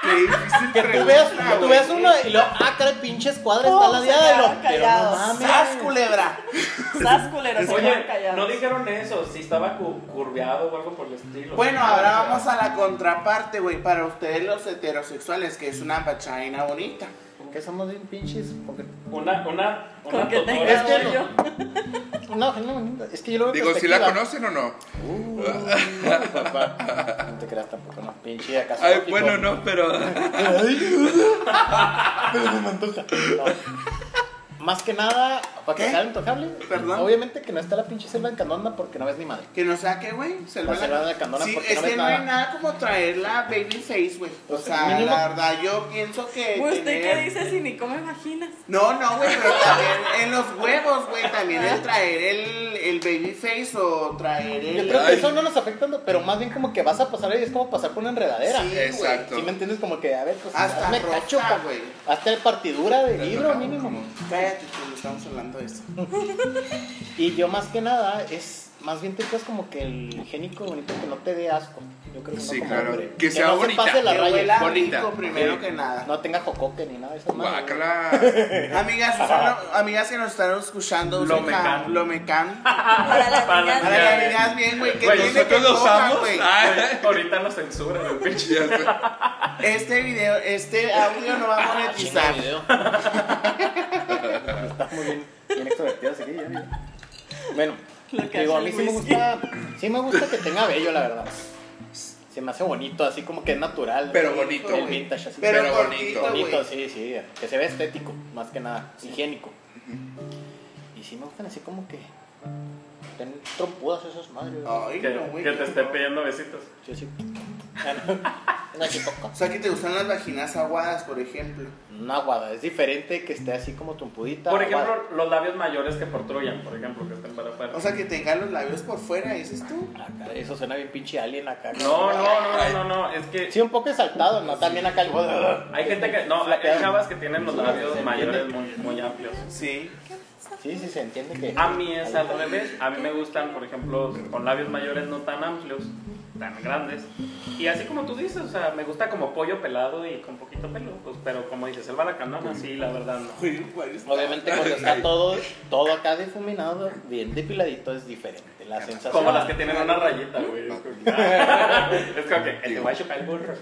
Speaker 3: Qué difícil
Speaker 1: Que tú veas,
Speaker 3: pregunta,
Speaker 1: que tú
Speaker 3: güey.
Speaker 1: veas uno y luego, ah, cara, pinche escuadra
Speaker 2: Oh,
Speaker 1: está ladeada y lo.
Speaker 2: se quedaron
Speaker 1: Pero no
Speaker 2: callados.
Speaker 1: mames.
Speaker 3: ¡Sas, culebra!
Speaker 2: Estás culero, se quedan
Speaker 5: Oye,
Speaker 2: callados.
Speaker 5: no dijeron eso, si estaba cu- curveado o algo por el estilo.
Speaker 3: Bueno, ahora vamos a la contraparte, güey, para ustedes los heterosexuales, que es una vachaina bonita.
Speaker 1: Que somos bien pinches. Porque...
Speaker 5: Una, una, una
Speaker 2: Con que
Speaker 5: totora.
Speaker 2: tenga
Speaker 1: Es que no.
Speaker 2: hoyo.
Speaker 1: No, no, es que yo lo veo en
Speaker 6: Digo, ¿si la
Speaker 1: perspectiva.
Speaker 6: conocen o no?
Speaker 1: Uh, papá. No te creas tampoco, no, pinche acaso.
Speaker 6: Ay,
Speaker 1: lógico.
Speaker 6: bueno, no, pero...
Speaker 1: No. Más que nada, para que
Speaker 3: ¿Qué?
Speaker 1: sea antojable.
Speaker 3: Perdón.
Speaker 1: Obviamente que no está la pinche selva en Candona porque no ves ni madre.
Speaker 3: Que no sea que, güey, se
Speaker 1: La selva de la candona,
Speaker 3: Sí,
Speaker 1: porque no
Speaker 3: es que
Speaker 1: ves
Speaker 3: no
Speaker 1: nada.
Speaker 3: hay nada como traer la baby face, güey. O
Speaker 1: Pues,
Speaker 3: sea,
Speaker 1: mínimo.
Speaker 3: la verdad, yo pienso que.
Speaker 2: Pues, ¿Usted qué
Speaker 3: tener-
Speaker 2: dice si ni cómo imaginas?
Speaker 3: No, no, güey, pero también en los huevos, güey, también el traer el, el baby face o traer
Speaker 1: Yo
Speaker 3: el.
Speaker 1: creo que
Speaker 6: Ay.
Speaker 1: eso no nos afecta, no, pero más bien como que vas a pasar y es como pasar por una enredadera.
Speaker 3: Sí,
Speaker 1: Sí.
Speaker 3: güey.
Speaker 6: Exacto.
Speaker 1: me entiendes? Como que, a ver, pues
Speaker 3: Hasta
Speaker 1: hazme
Speaker 3: roja,
Speaker 1: cacho, pa-
Speaker 3: güey.
Speaker 1: Hazte el partidura de libro
Speaker 6: roja,
Speaker 1: mínimo.
Speaker 3: Cállate, tú, no estamos hablando de eso.
Speaker 1: Y yo más que nada es, más bien te quedas como que el higiénico bonito que no te dé asco. Yo creo que
Speaker 6: Sí,
Speaker 1: no como
Speaker 6: claro.
Speaker 1: hombre.
Speaker 6: Que sea
Speaker 1: no
Speaker 6: bonita,
Speaker 1: Se pase la
Speaker 3: que
Speaker 1: raya.
Speaker 3: huela
Speaker 6: bonita.
Speaker 3: rico primero
Speaker 6: Sí.
Speaker 3: que nada.
Speaker 1: No tenga jocoque ni nada de esas madres.
Speaker 6: Guácala.
Speaker 3: Amigas, usan lo- amigas que nos están escuchando, usen
Speaker 5: Lomecan.
Speaker 3: ca- Lomecan.
Speaker 2: Para las
Speaker 5: Para
Speaker 2: niñas.
Speaker 5: las
Speaker 3: Para que
Speaker 5: niñas.
Speaker 3: digas bien, güey, que
Speaker 5: Güey,
Speaker 3: tiene que
Speaker 6: ¿Nosotros lo
Speaker 3: coja,
Speaker 6: usamos? Ah.
Speaker 3: güey.
Speaker 6: Ay,
Speaker 5: Ahorita lo censuran, el pinche.
Speaker 6: ya sé.
Speaker 3: Este video, este audio no va a
Speaker 1: Ah, chinga,
Speaker 3: monetizar.
Speaker 1: el video. Está muy bien, bien extrovertido, así que ya, ya. Bueno,
Speaker 2: Lo que
Speaker 1: digo, a mí
Speaker 2: hace el
Speaker 1: sí me
Speaker 2: whisky.
Speaker 1: gusta, sí me gusta que tenga bello, la verdad. Se me hace bonito, así como que es natural.
Speaker 6: Pero bonito,
Speaker 1: El
Speaker 6: güey.
Speaker 1: vintage, así.
Speaker 3: Pero,
Speaker 6: Pero bonito,
Speaker 3: cortito, güey.
Speaker 1: bonito, sí, sí. Que se ve estético, más que nada. Higiénico. Y sí me gustan así como que. Están trompudas esas madres. güey.
Speaker 3: Ay,
Speaker 5: Que,
Speaker 3: no, güey.
Speaker 5: que
Speaker 3: qué
Speaker 5: te esté
Speaker 3: horror.
Speaker 5: pidiendo besitos.
Speaker 1: Yo sí. Ah, no. No, sí, poco.
Speaker 3: O sea, que te gustan las vaginas aguadas, por ejemplo.
Speaker 1: Una aguada. Es diferente que esté así como trompudita.
Speaker 5: Por
Speaker 1: aguada.
Speaker 5: ejemplo, los labios mayores que protruyan, por ejemplo, que estén para afuera.
Speaker 3: O sea, que tengan los labios por fuera, dices tú.
Speaker 1: Acá, eso suena bien pinche alien acá.
Speaker 5: no, no, no, no, no, no, es que
Speaker 1: Sí, un poco exaltado, ¿no? También acá el...
Speaker 5: hay gente que, no, hay hay chavas que tienen los labios mayores muy, muy amplios.
Speaker 3: Sí.
Speaker 1: Sí, sí, se entiende que...
Speaker 5: A mí es al revés, a mí me gustan, por ejemplo, con labios mayores no tan amplios, tan grandes. Y así como tú dices, o sea, me gusta como pollo pelado y con poquito pelo, pues, pero como dices, el balacanón, sí, la verdad no.
Speaker 3: Güey, ¿cuál es?
Speaker 1: Obviamente cuando está todo, todo acá difuminado, bien depiladito, es diferente. La sensación...
Speaker 5: Como las que tienen una rayita, güey. Es como que- Es como que "Eh, te voy a chupar el burro.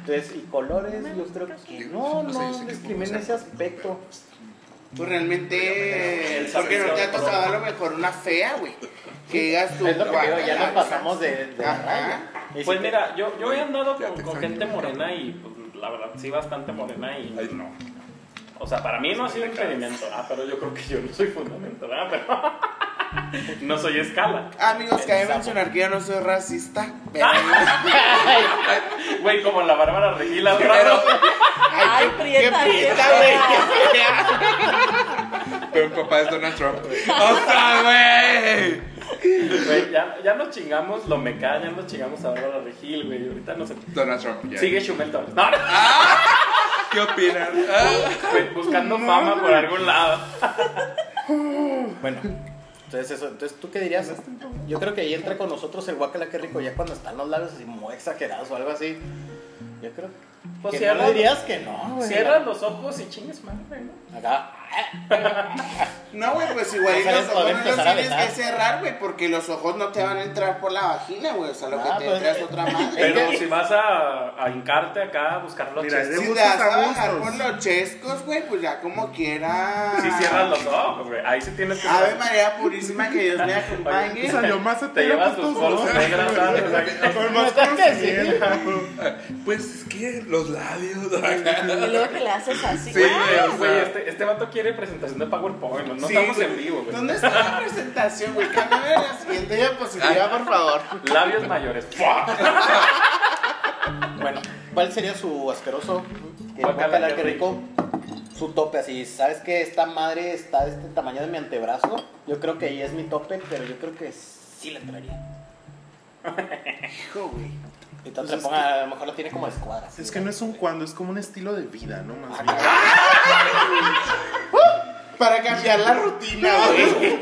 Speaker 1: Entonces, y colores, yo creo que... No, no, discrimina ese aspecto.
Speaker 3: Pues realmente.
Speaker 5: El
Speaker 3: porque no te ha
Speaker 5: sabor.
Speaker 3: tocado a lo mejor una fea, güey. Que digas tú.
Speaker 1: Es lo que digo, ya
Speaker 3: guácala.
Speaker 1: nos pasamos de, de la
Speaker 3: Ajá.
Speaker 1: raya. Y
Speaker 5: Pues
Speaker 1: si te-
Speaker 5: mira, yo, yo he andado
Speaker 6: Ya
Speaker 5: con,
Speaker 6: te
Speaker 5: con
Speaker 6: extraño.
Speaker 5: gente morena y pues, la verdad sí bastante morena y
Speaker 6: Ay.
Speaker 5: no. O sea, para mí no ha sido un impedimento. Ah, pero yo creo que yo no soy fundamento, ¿verdad? Pero no soy escala.
Speaker 3: Amigos, cabe
Speaker 1: Pensamos.
Speaker 3: mencionar que yo no soy racista. Pero.
Speaker 5: Güey, como la Bárbara Regila,
Speaker 6: Pero,
Speaker 5: raro.
Speaker 2: Ay,
Speaker 3: ¡Qué
Speaker 2: prieta, qué
Speaker 3: pinta, güey!
Speaker 2: fea.
Speaker 3: ¡Qué fea!
Speaker 6: pero papá es Donald Trump. O sea, güey.
Speaker 5: Güey, ya, ya nos chingamos lo meca, ya nos chingamos a Bárbara Regil, güey. Ahorita no sé.
Speaker 6: Donald Trump, ya.
Speaker 5: Sigue Chumel Torres. No, no,
Speaker 6: ¿Qué opinan? Ah,
Speaker 5: güey, buscando fama por algún lado.
Speaker 1: Bueno, entonces eso, entonces tú qué dirías? Yo creo que ahí entra con nosotros el guacala que rico ya cuando están los labios así muy exagerados o algo así. Yo creo.
Speaker 5: Pues
Speaker 1: que
Speaker 5: si
Speaker 1: no
Speaker 5: hablas-
Speaker 1: le dirías que no, güey.
Speaker 5: Cierras los ojos y chingues madre, ¿no?
Speaker 1: Acá.
Speaker 3: No, güey, pues igual
Speaker 1: O sea,
Speaker 3: los
Speaker 1: esto
Speaker 3: ojos
Speaker 1: de
Speaker 3: no los
Speaker 1: empezar a
Speaker 3: tienes que
Speaker 1: besar.
Speaker 3: cerrar, güey, porque los ojos no te van a entrar por la vagina, güey. O sea, lo
Speaker 1: Ah,
Speaker 3: que te
Speaker 1: pues,
Speaker 3: entra es
Speaker 1: eh,
Speaker 3: otra madre.
Speaker 5: Pero si vas a, a hincarte acá a buscar los
Speaker 4: Mira,
Speaker 5: chistes.
Speaker 4: de
Speaker 3: Si te
Speaker 4: gustos
Speaker 3: vas
Speaker 4: a
Speaker 3: a bajar por
Speaker 4: gustos.
Speaker 3: los chescos, güey, pues ya como quiera.
Speaker 5: Si cierras los ojos, güey. Ahí sí tienes que.
Speaker 3: Ave María Purísima, que Dios me acompañe.
Speaker 4: Salió más
Speaker 5: Te llevas tus bolos negras, ¿sabes? O sea, que-
Speaker 4: ¿eh? Con más
Speaker 1: ¿Verdad que sí?
Speaker 4: conocimiento.
Speaker 6: Pues es que los labios.
Speaker 2: Y luego que le haces así.
Speaker 6: Sí,
Speaker 2: ¡ah!
Speaker 6: o
Speaker 5: Güey,
Speaker 6: sea,
Speaker 5: este, este vato quiere presentación de PowerPoint. No, no
Speaker 3: Sí,
Speaker 5: estamos
Speaker 3: güey.
Speaker 5: en vivo, güey.
Speaker 3: ¿Dónde está la presentación, güey? Cámbiame la siguiente diapositiva, por favor.
Speaker 5: Labios mayores. ¡Fua!
Speaker 1: Bueno, ¿cuál sería su asqueroso? Que
Speaker 5: Guácala,
Speaker 1: guácala
Speaker 5: qué
Speaker 1: que rico. Su tope así, ¿sabes que esta madre está de este tamaño de mi antebrazo? Yo creo que ahí es mi tope, pero yo creo que sí le entraría.
Speaker 3: Hijo, güey.
Speaker 1: Y tanto le ponga, a lo mejor lo tiene como de escuadra. así.
Speaker 4: Es que no es un cuando, es como un estilo de vida, ¿no? Más bien.
Speaker 3: Para cambiar la rutina, güey.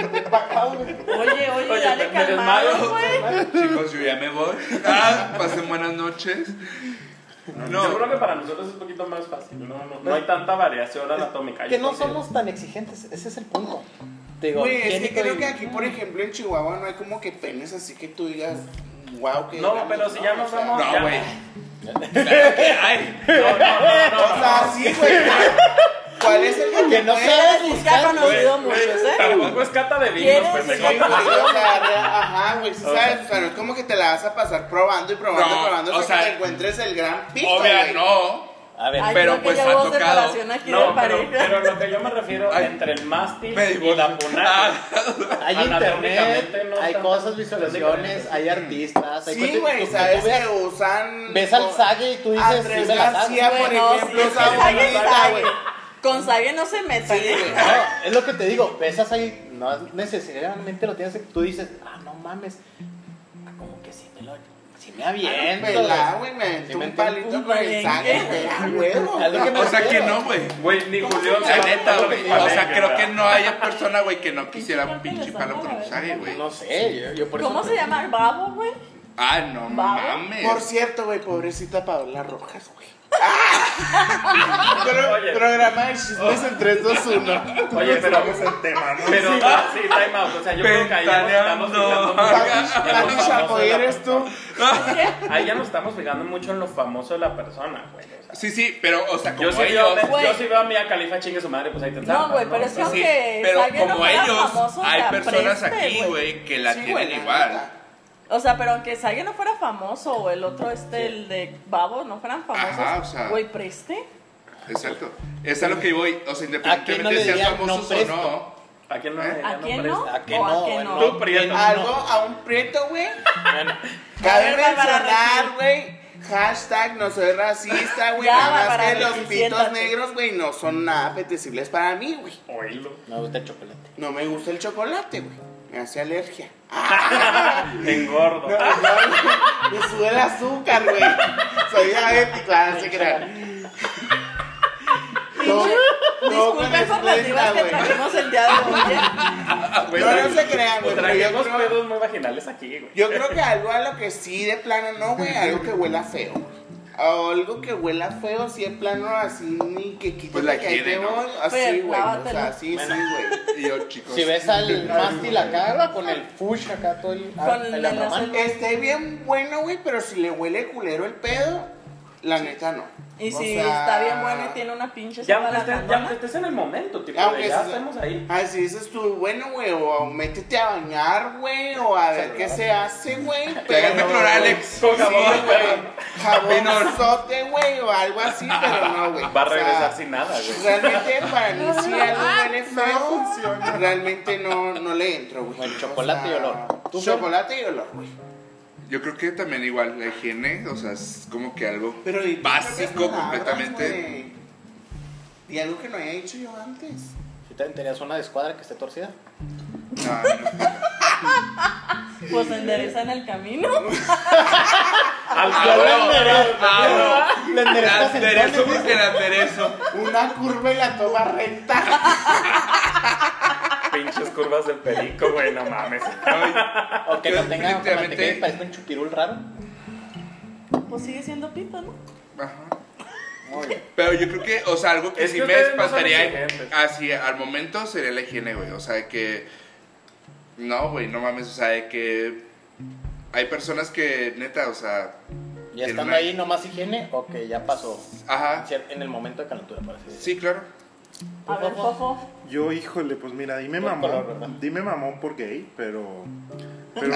Speaker 2: Oye, oye,
Speaker 5: Oye,
Speaker 2: dale
Speaker 5: me
Speaker 2: calmado,
Speaker 5: desmayo.
Speaker 2: güey.
Speaker 6: chicos, yo ya me voy. Ah, pasen buenas noches.
Speaker 5: Seguro
Speaker 6: No,
Speaker 5: que para nosotros es un poquito más fácil. No, no, no hay tanta variación anatómica.
Speaker 1: Que
Speaker 5: yo
Speaker 1: no
Speaker 5: considero.
Speaker 1: somos tan exigentes, ese es el punto. Te digo,
Speaker 3: Güey, es que
Speaker 1: higiénico
Speaker 3: creo
Speaker 1: y-
Speaker 3: que aquí, por ejemplo, en Chihuahua no hay como que penes así que tú digas, wow, que.
Speaker 5: No, pero si ya nos vamos-
Speaker 6: no,
Speaker 5: Ya.
Speaker 6: güey. Claro que hay.
Speaker 5: No, no, no, no,
Speaker 3: O sea, sí, güey. ¿Cuál es el
Speaker 1: Que no
Speaker 3: puede?
Speaker 1: sea-
Speaker 2: Ustedes nunca han conocido muchos, ¿eh?
Speaker 5: Tampoco es cata de vinos,
Speaker 2: ¿Quieres?
Speaker 3: Sí,
Speaker 5: pendejo.
Speaker 3: güey, o sea, re- ajá, güey, sí
Speaker 5: O sea-
Speaker 3: sabes, o sea, no es como que te la vas a pasar probando y probando
Speaker 6: No,
Speaker 3: y probando
Speaker 6: o
Speaker 3: hasta
Speaker 6: sea,
Speaker 3: que te encuentres el gran pito,
Speaker 6: Obvio,
Speaker 3: güey.
Speaker 6: no.
Speaker 1: A ver,
Speaker 2: Ay,
Speaker 6: Pero,
Speaker 2: creo que
Speaker 6: pues,
Speaker 2: ya
Speaker 6: ha
Speaker 2: hubo
Speaker 6: tocado.
Speaker 2: separación aquí de
Speaker 5: No, pero,
Speaker 2: pareja.
Speaker 5: pero lo que yo me refiero
Speaker 6: Ay.
Speaker 5: entre el mástil
Speaker 6: Me
Speaker 5: y la
Speaker 6: divorcio. Ah.
Speaker 5: punada.
Speaker 1: hay
Speaker 5: anatómicamente
Speaker 1: internet,
Speaker 5: no
Speaker 1: hay
Speaker 5: están-
Speaker 1: cosas, visualizaciones, hay artistas, hay
Speaker 3: Sí,
Speaker 1: cosas-
Speaker 3: güey,
Speaker 1: tú- tú
Speaker 3: sabes que
Speaker 1: veas-
Speaker 3: usan.
Speaker 1: Ves al
Speaker 3: con-
Speaker 1: Sage y tú dices,
Speaker 3: A
Speaker 1: sí
Speaker 3: Tres
Speaker 1: me la sabes.
Speaker 3: García, por
Speaker 2: Bueno,
Speaker 3: ejemplo,
Speaker 2: sí,
Speaker 3: usa
Speaker 2: es que Zague es
Speaker 3: bonita, güey.
Speaker 2: Zague. Con Zague no se metan, ¿eh?
Speaker 1: No, es lo que te digo, besas ahí, no necesariamente lo tienes, tú dices, ah, no mames, como que si me lo, si me
Speaker 3: Bien,
Speaker 1: aviento.
Speaker 3: pelá,
Speaker 1: güey.
Speaker 3: güey, me aventé
Speaker 1: Sí, me
Speaker 3: un
Speaker 1: entiendo.
Speaker 3: palito
Speaker 2: Un
Speaker 3: con el Sage,
Speaker 2: merengue.
Speaker 3: güey, a huevo.
Speaker 1: Es lo que me
Speaker 6: O sea que
Speaker 1: refiero.
Speaker 6: no, güey.
Speaker 5: Güey, ni Julián
Speaker 6: La
Speaker 5: va a
Speaker 6: neta,
Speaker 5: comprar
Speaker 6: güey.
Speaker 5: los
Speaker 6: O sea,
Speaker 5: palenques,
Speaker 6: creo que
Speaker 5: ¿verdad?
Speaker 6: no haya persona, güey, que no quisiera un pinche palo con un sague, güey.
Speaker 1: No sé, yo, yo por eso.
Speaker 2: ¿Cómo se llama? ¿El Babo, güey?
Speaker 6: Ah, no mames.
Speaker 3: Por cierto, güey, pobrecita Paola Rojas, güey. Pro-
Speaker 5: Oye.
Speaker 3: programa de chismes en 3, 2, 1.
Speaker 5: Oye, pero.
Speaker 4: Vamos al tema, ¿no?
Speaker 5: Pero, ah, sí, time out. O sea, yo creo que ahí ya nos estamos fijando
Speaker 6: Ventaneando.
Speaker 5: mucho. Ya nos
Speaker 3: Pati
Speaker 5: vamos a la-
Speaker 3: Chapoy, ¿eres tú?
Speaker 5: Ahí ya nos estamos fijando mucho en lo famoso de la persona, güey. o sea.
Speaker 6: Sí, sí, pero, o sea, como
Speaker 5: Yo sí, veo,
Speaker 6: ellos.
Speaker 5: yo
Speaker 2: Güey.
Speaker 5: sí veo a Mia Califa chingue su madre, pues ahí te
Speaker 2: No,
Speaker 5: ensampas,
Speaker 2: güey, pero es que
Speaker 5: O sea,
Speaker 6: Sí,
Speaker 2: aunque
Speaker 6: pero
Speaker 2: Zague no
Speaker 6: como
Speaker 2: fuera
Speaker 6: ellos,
Speaker 2: famoso,
Speaker 6: hay
Speaker 2: la
Speaker 6: personas
Speaker 2: Prespe,
Speaker 6: aquí, güey, que la
Speaker 3: Sí,
Speaker 6: tienen
Speaker 3: güey, la
Speaker 6: igual.
Speaker 3: neta.
Speaker 2: O sea, pero aunque Sague no fuera famoso o el otro, este, el de Babo, no fueran
Speaker 6: Ajá, o sea.
Speaker 2: famosos, güey, preste.
Speaker 6: Exacto. Es a lo que voy.
Speaker 8: ¿A
Speaker 6: O sea,
Speaker 8: quién no le
Speaker 6: independientemente de si seas
Speaker 8: dirían no
Speaker 6: famoso o
Speaker 8: presto?
Speaker 6: no.
Speaker 5: ¿A quién no?
Speaker 6: ¿Eh?
Speaker 5: ya
Speaker 2: ¿A quién no?
Speaker 5: presta?
Speaker 8: ¿A qué
Speaker 2: ¿O a
Speaker 8: no?
Speaker 2: qué no?
Speaker 5: Tú, Prieto.
Speaker 3: Algo a un prieto, güey.
Speaker 5: Bueno,
Speaker 3: Cabe
Speaker 2: A ver, Bárbara
Speaker 3: mencionar,
Speaker 2: Regil.
Speaker 3: güey. Hashtag no soy racista, güey.
Speaker 2: Ya,
Speaker 3: Nada más
Speaker 2: Bárbara
Speaker 3: que los
Speaker 2: Regil,
Speaker 3: pitos
Speaker 2: siéntate.
Speaker 3: negros, güey, no son nada apetecibles para mí, güey.
Speaker 5: oílo.
Speaker 8: Me gusta el chocolate.
Speaker 3: No me gusta el chocolate, güey. Me hace alergia.
Speaker 5: Te engordo. Ah,
Speaker 3: No, no, me sube el azúcar, güey. Soy diabético, ah, no se crean. No, no, con
Speaker 2: Disculpen por las divas
Speaker 3: esplenda,
Speaker 2: que
Speaker 3: güey.
Speaker 2: trajimos el día de hoy. ¿eh?
Speaker 3: No, no se crean,
Speaker 5: O
Speaker 3: güey. pero Yo,
Speaker 5: trajimos
Speaker 3: creo-
Speaker 5: pedos muy vaginales aquí, güey.
Speaker 3: yo creo que algo a lo que sí de plano no, güey. Algo que huela feo. Algo que huela feo, sí de plano así, ni que quite
Speaker 6: Pues la
Speaker 3: que ahí
Speaker 6: higiene,
Speaker 3: te
Speaker 6: ¿no?
Speaker 3: voy. Así,
Speaker 2: Pero
Speaker 3: güey. O sea,
Speaker 2: lávatelo.
Speaker 3: así, sí, güey.
Speaker 6: Y yo, chicos.
Speaker 8: Si ves al mástil acá con el fush acá todo el. ah,
Speaker 2: Con
Speaker 8: al-
Speaker 2: el-
Speaker 8: el arrabal.
Speaker 3: Esté bien bueno, güey, pero si le huele culero el pedo, la neta no.
Speaker 2: Y
Speaker 3: O
Speaker 2: si
Speaker 3: sea,
Speaker 2: está bien bueno y tiene una pinche
Speaker 5: Ya
Speaker 2: sopa
Speaker 5: aunque, estés, ya
Speaker 2: latandona,
Speaker 5: aunque estés en el momento, tipo,
Speaker 3: Aunque
Speaker 5: de ya
Speaker 3: se-
Speaker 5: estemos ahí.
Speaker 3: Ah, si dices tú, bueno, güey, o métete a bañar, güey, o a ver qué se hace, güey.
Speaker 6: Pégame
Speaker 3: pero-
Speaker 6: Cloralex.
Speaker 5: Con
Speaker 3: Sí,
Speaker 5: jabón, güey.
Speaker 3: güey. Jabonzote, güey, o algo así, pero no, güey.
Speaker 5: Va a
Speaker 3: O sea,
Speaker 5: regresar sin nada, güey.
Speaker 3: Realmente para mí si algo
Speaker 2: Ah,
Speaker 3: huele feo, realmente no, no le entro, güey.
Speaker 8: Bueno, chocolate y olor. ¿Tú, Fer?
Speaker 3: Chocolate y olor, güey.
Speaker 6: Yo creo que también igual la higiene, o sea, es como que algo.
Speaker 3: Pero y-
Speaker 6: Básico, completamente.
Speaker 3: güey. Y algo que no había hecho yo antes.
Speaker 8: Si te tenías una de escuadra que esté torcida.
Speaker 6: No, no.
Speaker 2: pues endereza en el camino.
Speaker 5: Al
Speaker 6: Ah, bueno,
Speaker 8: enderezas.
Speaker 6: ah,
Speaker 8: Le
Speaker 6: bueno. La
Speaker 8: enderezas
Speaker 6: enderezo porque la enderezo.
Speaker 3: Una curva y la toma recta.
Speaker 5: pinches curvas del perico, güey, no mames.
Speaker 8: O que no
Speaker 6: Yo
Speaker 8: tenga chocolate, que
Speaker 6: definitivamente-
Speaker 8: parezca un chupirul raro.
Speaker 2: Pues sigue siendo pito, ¿no?
Speaker 6: Ajá.
Speaker 8: Muy bien.
Speaker 6: Pero yo creo que, o sea, algo que
Speaker 5: Es
Speaker 6: sí
Speaker 5: que
Speaker 6: me
Speaker 5: ustedes no son
Speaker 6: espantaría
Speaker 5: exigentes.
Speaker 6: así al momento sería la higiene, güey. O sea, de que. No, güey, no mames. O sea, de que. Hay personas que, neta, o sea.
Speaker 8: Ya
Speaker 6: Tiene
Speaker 8: estando
Speaker 6: una-
Speaker 8: ahí, nomás higiene o que ya pasó.
Speaker 6: Ajá.
Speaker 8: En el momento de calentura, parece.
Speaker 6: Sí, claro.
Speaker 2: A ver, Fofo.
Speaker 4: Yo, híjole, pues mira, dime
Speaker 8: Buen color, ¿verdad?
Speaker 4: mamón. Dime mamón por gay, pero. Pero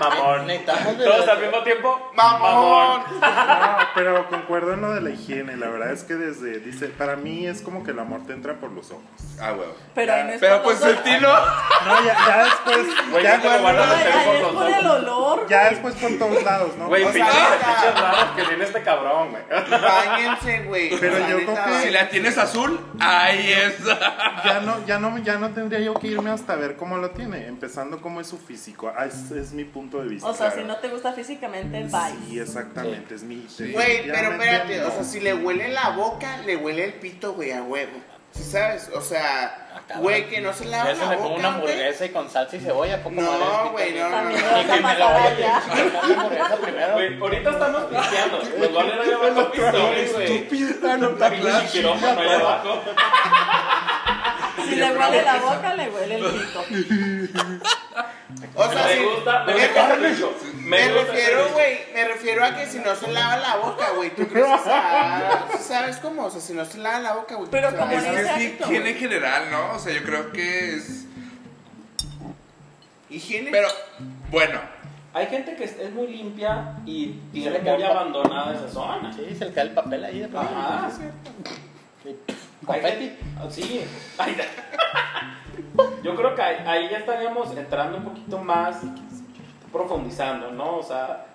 Speaker 5: Mamón.
Speaker 8: Necesitamos de-
Speaker 5: Todos al mismo tiempo.
Speaker 3: Mamón.
Speaker 4: No, pero concuerdo en lo de la higiene. La verdad es que desde, dice, para mí es como que el amor te entra por los ojos.
Speaker 6: Ah, güey.
Speaker 2: Pero ahí no es
Speaker 6: Pero
Speaker 2: por
Speaker 6: pues
Speaker 2: los
Speaker 6: el
Speaker 2: ojos.
Speaker 6: tilo.
Speaker 4: No, ya, ya después.
Speaker 5: Güey,
Speaker 4: ya,
Speaker 5: no te lo van
Speaker 2: Ay,
Speaker 5: a meter
Speaker 2: ahí
Speaker 5: por
Speaker 2: es
Speaker 5: los
Speaker 2: por el
Speaker 5: ojos.
Speaker 2: olor.
Speaker 4: ya después por todos lados, ¿no?
Speaker 5: Güey,
Speaker 3: O sea,
Speaker 5: pinches
Speaker 3: neta.
Speaker 5: fetiches raros que tiene este cabrón, güey.
Speaker 3: Báñense, güey.
Speaker 4: Pero
Speaker 3: La
Speaker 4: yo
Speaker 3: neta,
Speaker 4: creo que-
Speaker 6: Si la tienes azul, ahí es.
Speaker 4: ya no, ya no, ya no tendría yo que irme hasta ver cómo lo tiene, empezando cómo es su físico. Ah, es, es mi punto de vista.
Speaker 2: O sea, si
Speaker 4: Claro.
Speaker 2: no te gusta físicamente, bye.
Speaker 4: Sí, exactamente, es mi.
Speaker 3: Güey, pero
Speaker 4: definitivamente
Speaker 3: espérate,
Speaker 4: no.
Speaker 3: o sea, si le huele la boca, le huele el pito, güey, a huevo. ¿Sí sabes? O sea,
Speaker 8: cabrón.
Speaker 3: güey, que no se lava
Speaker 8: Ya se
Speaker 3: la
Speaker 8: me pongo una
Speaker 3: boca, güey.
Speaker 8: hamburguesa y con salsa y cebolla. ¿a poco
Speaker 3: No,
Speaker 8: vale el pito?
Speaker 3: güey, no, no,
Speaker 2: También
Speaker 3: no.
Speaker 2: te vas a
Speaker 8: Déjenme la
Speaker 2: pasar
Speaker 8: olla.
Speaker 2: allá.
Speaker 8: Una hamburguesa primero.
Speaker 5: Güey, ahorita estamos pisteando. Los goles ya van los pistones, güey.
Speaker 6: Estúpida, no está
Speaker 5: Pinche
Speaker 6: claro.
Speaker 5: quirófano ahí abajo.
Speaker 2: Si le huele la boca, le huele el pito.
Speaker 3: O sea,
Speaker 5: Me
Speaker 3: si-
Speaker 5: gusta, me
Speaker 3: me-
Speaker 5: gusta mucho.
Speaker 3: Me
Speaker 5: gusta
Speaker 3: refiero,
Speaker 5: ese-
Speaker 3: güey, me refiero a que si no se lava la boca, güey, tú crees, o sea, ¿sí ¿sabes cómo? O sea, si no se lava la boca, güey.
Speaker 2: Pero
Speaker 3: tú sabes.
Speaker 2: como
Speaker 6: Es que es
Speaker 2: Ese
Speaker 6: mi
Speaker 2: hábito,
Speaker 6: higiene
Speaker 2: güey.
Speaker 6: en general, ¿no? O sea, yo creo que es.
Speaker 3: Higiene.
Speaker 6: Pero, bueno.
Speaker 5: Hay gente que es es muy limpia y tiene
Speaker 8: le cae
Speaker 5: muy
Speaker 8: el pa-
Speaker 5: abandonada esa zona.
Speaker 8: Sí, se le cae el papel ahí de pronto.
Speaker 5: Ajá.
Speaker 8: Y
Speaker 5: Hay
Speaker 8: Confeti.
Speaker 5: gente- ah, Sí. Ay, Yo creo que ahí, ahí ya estaríamos entrando un poquito más, profundizando, ¿no? O sea,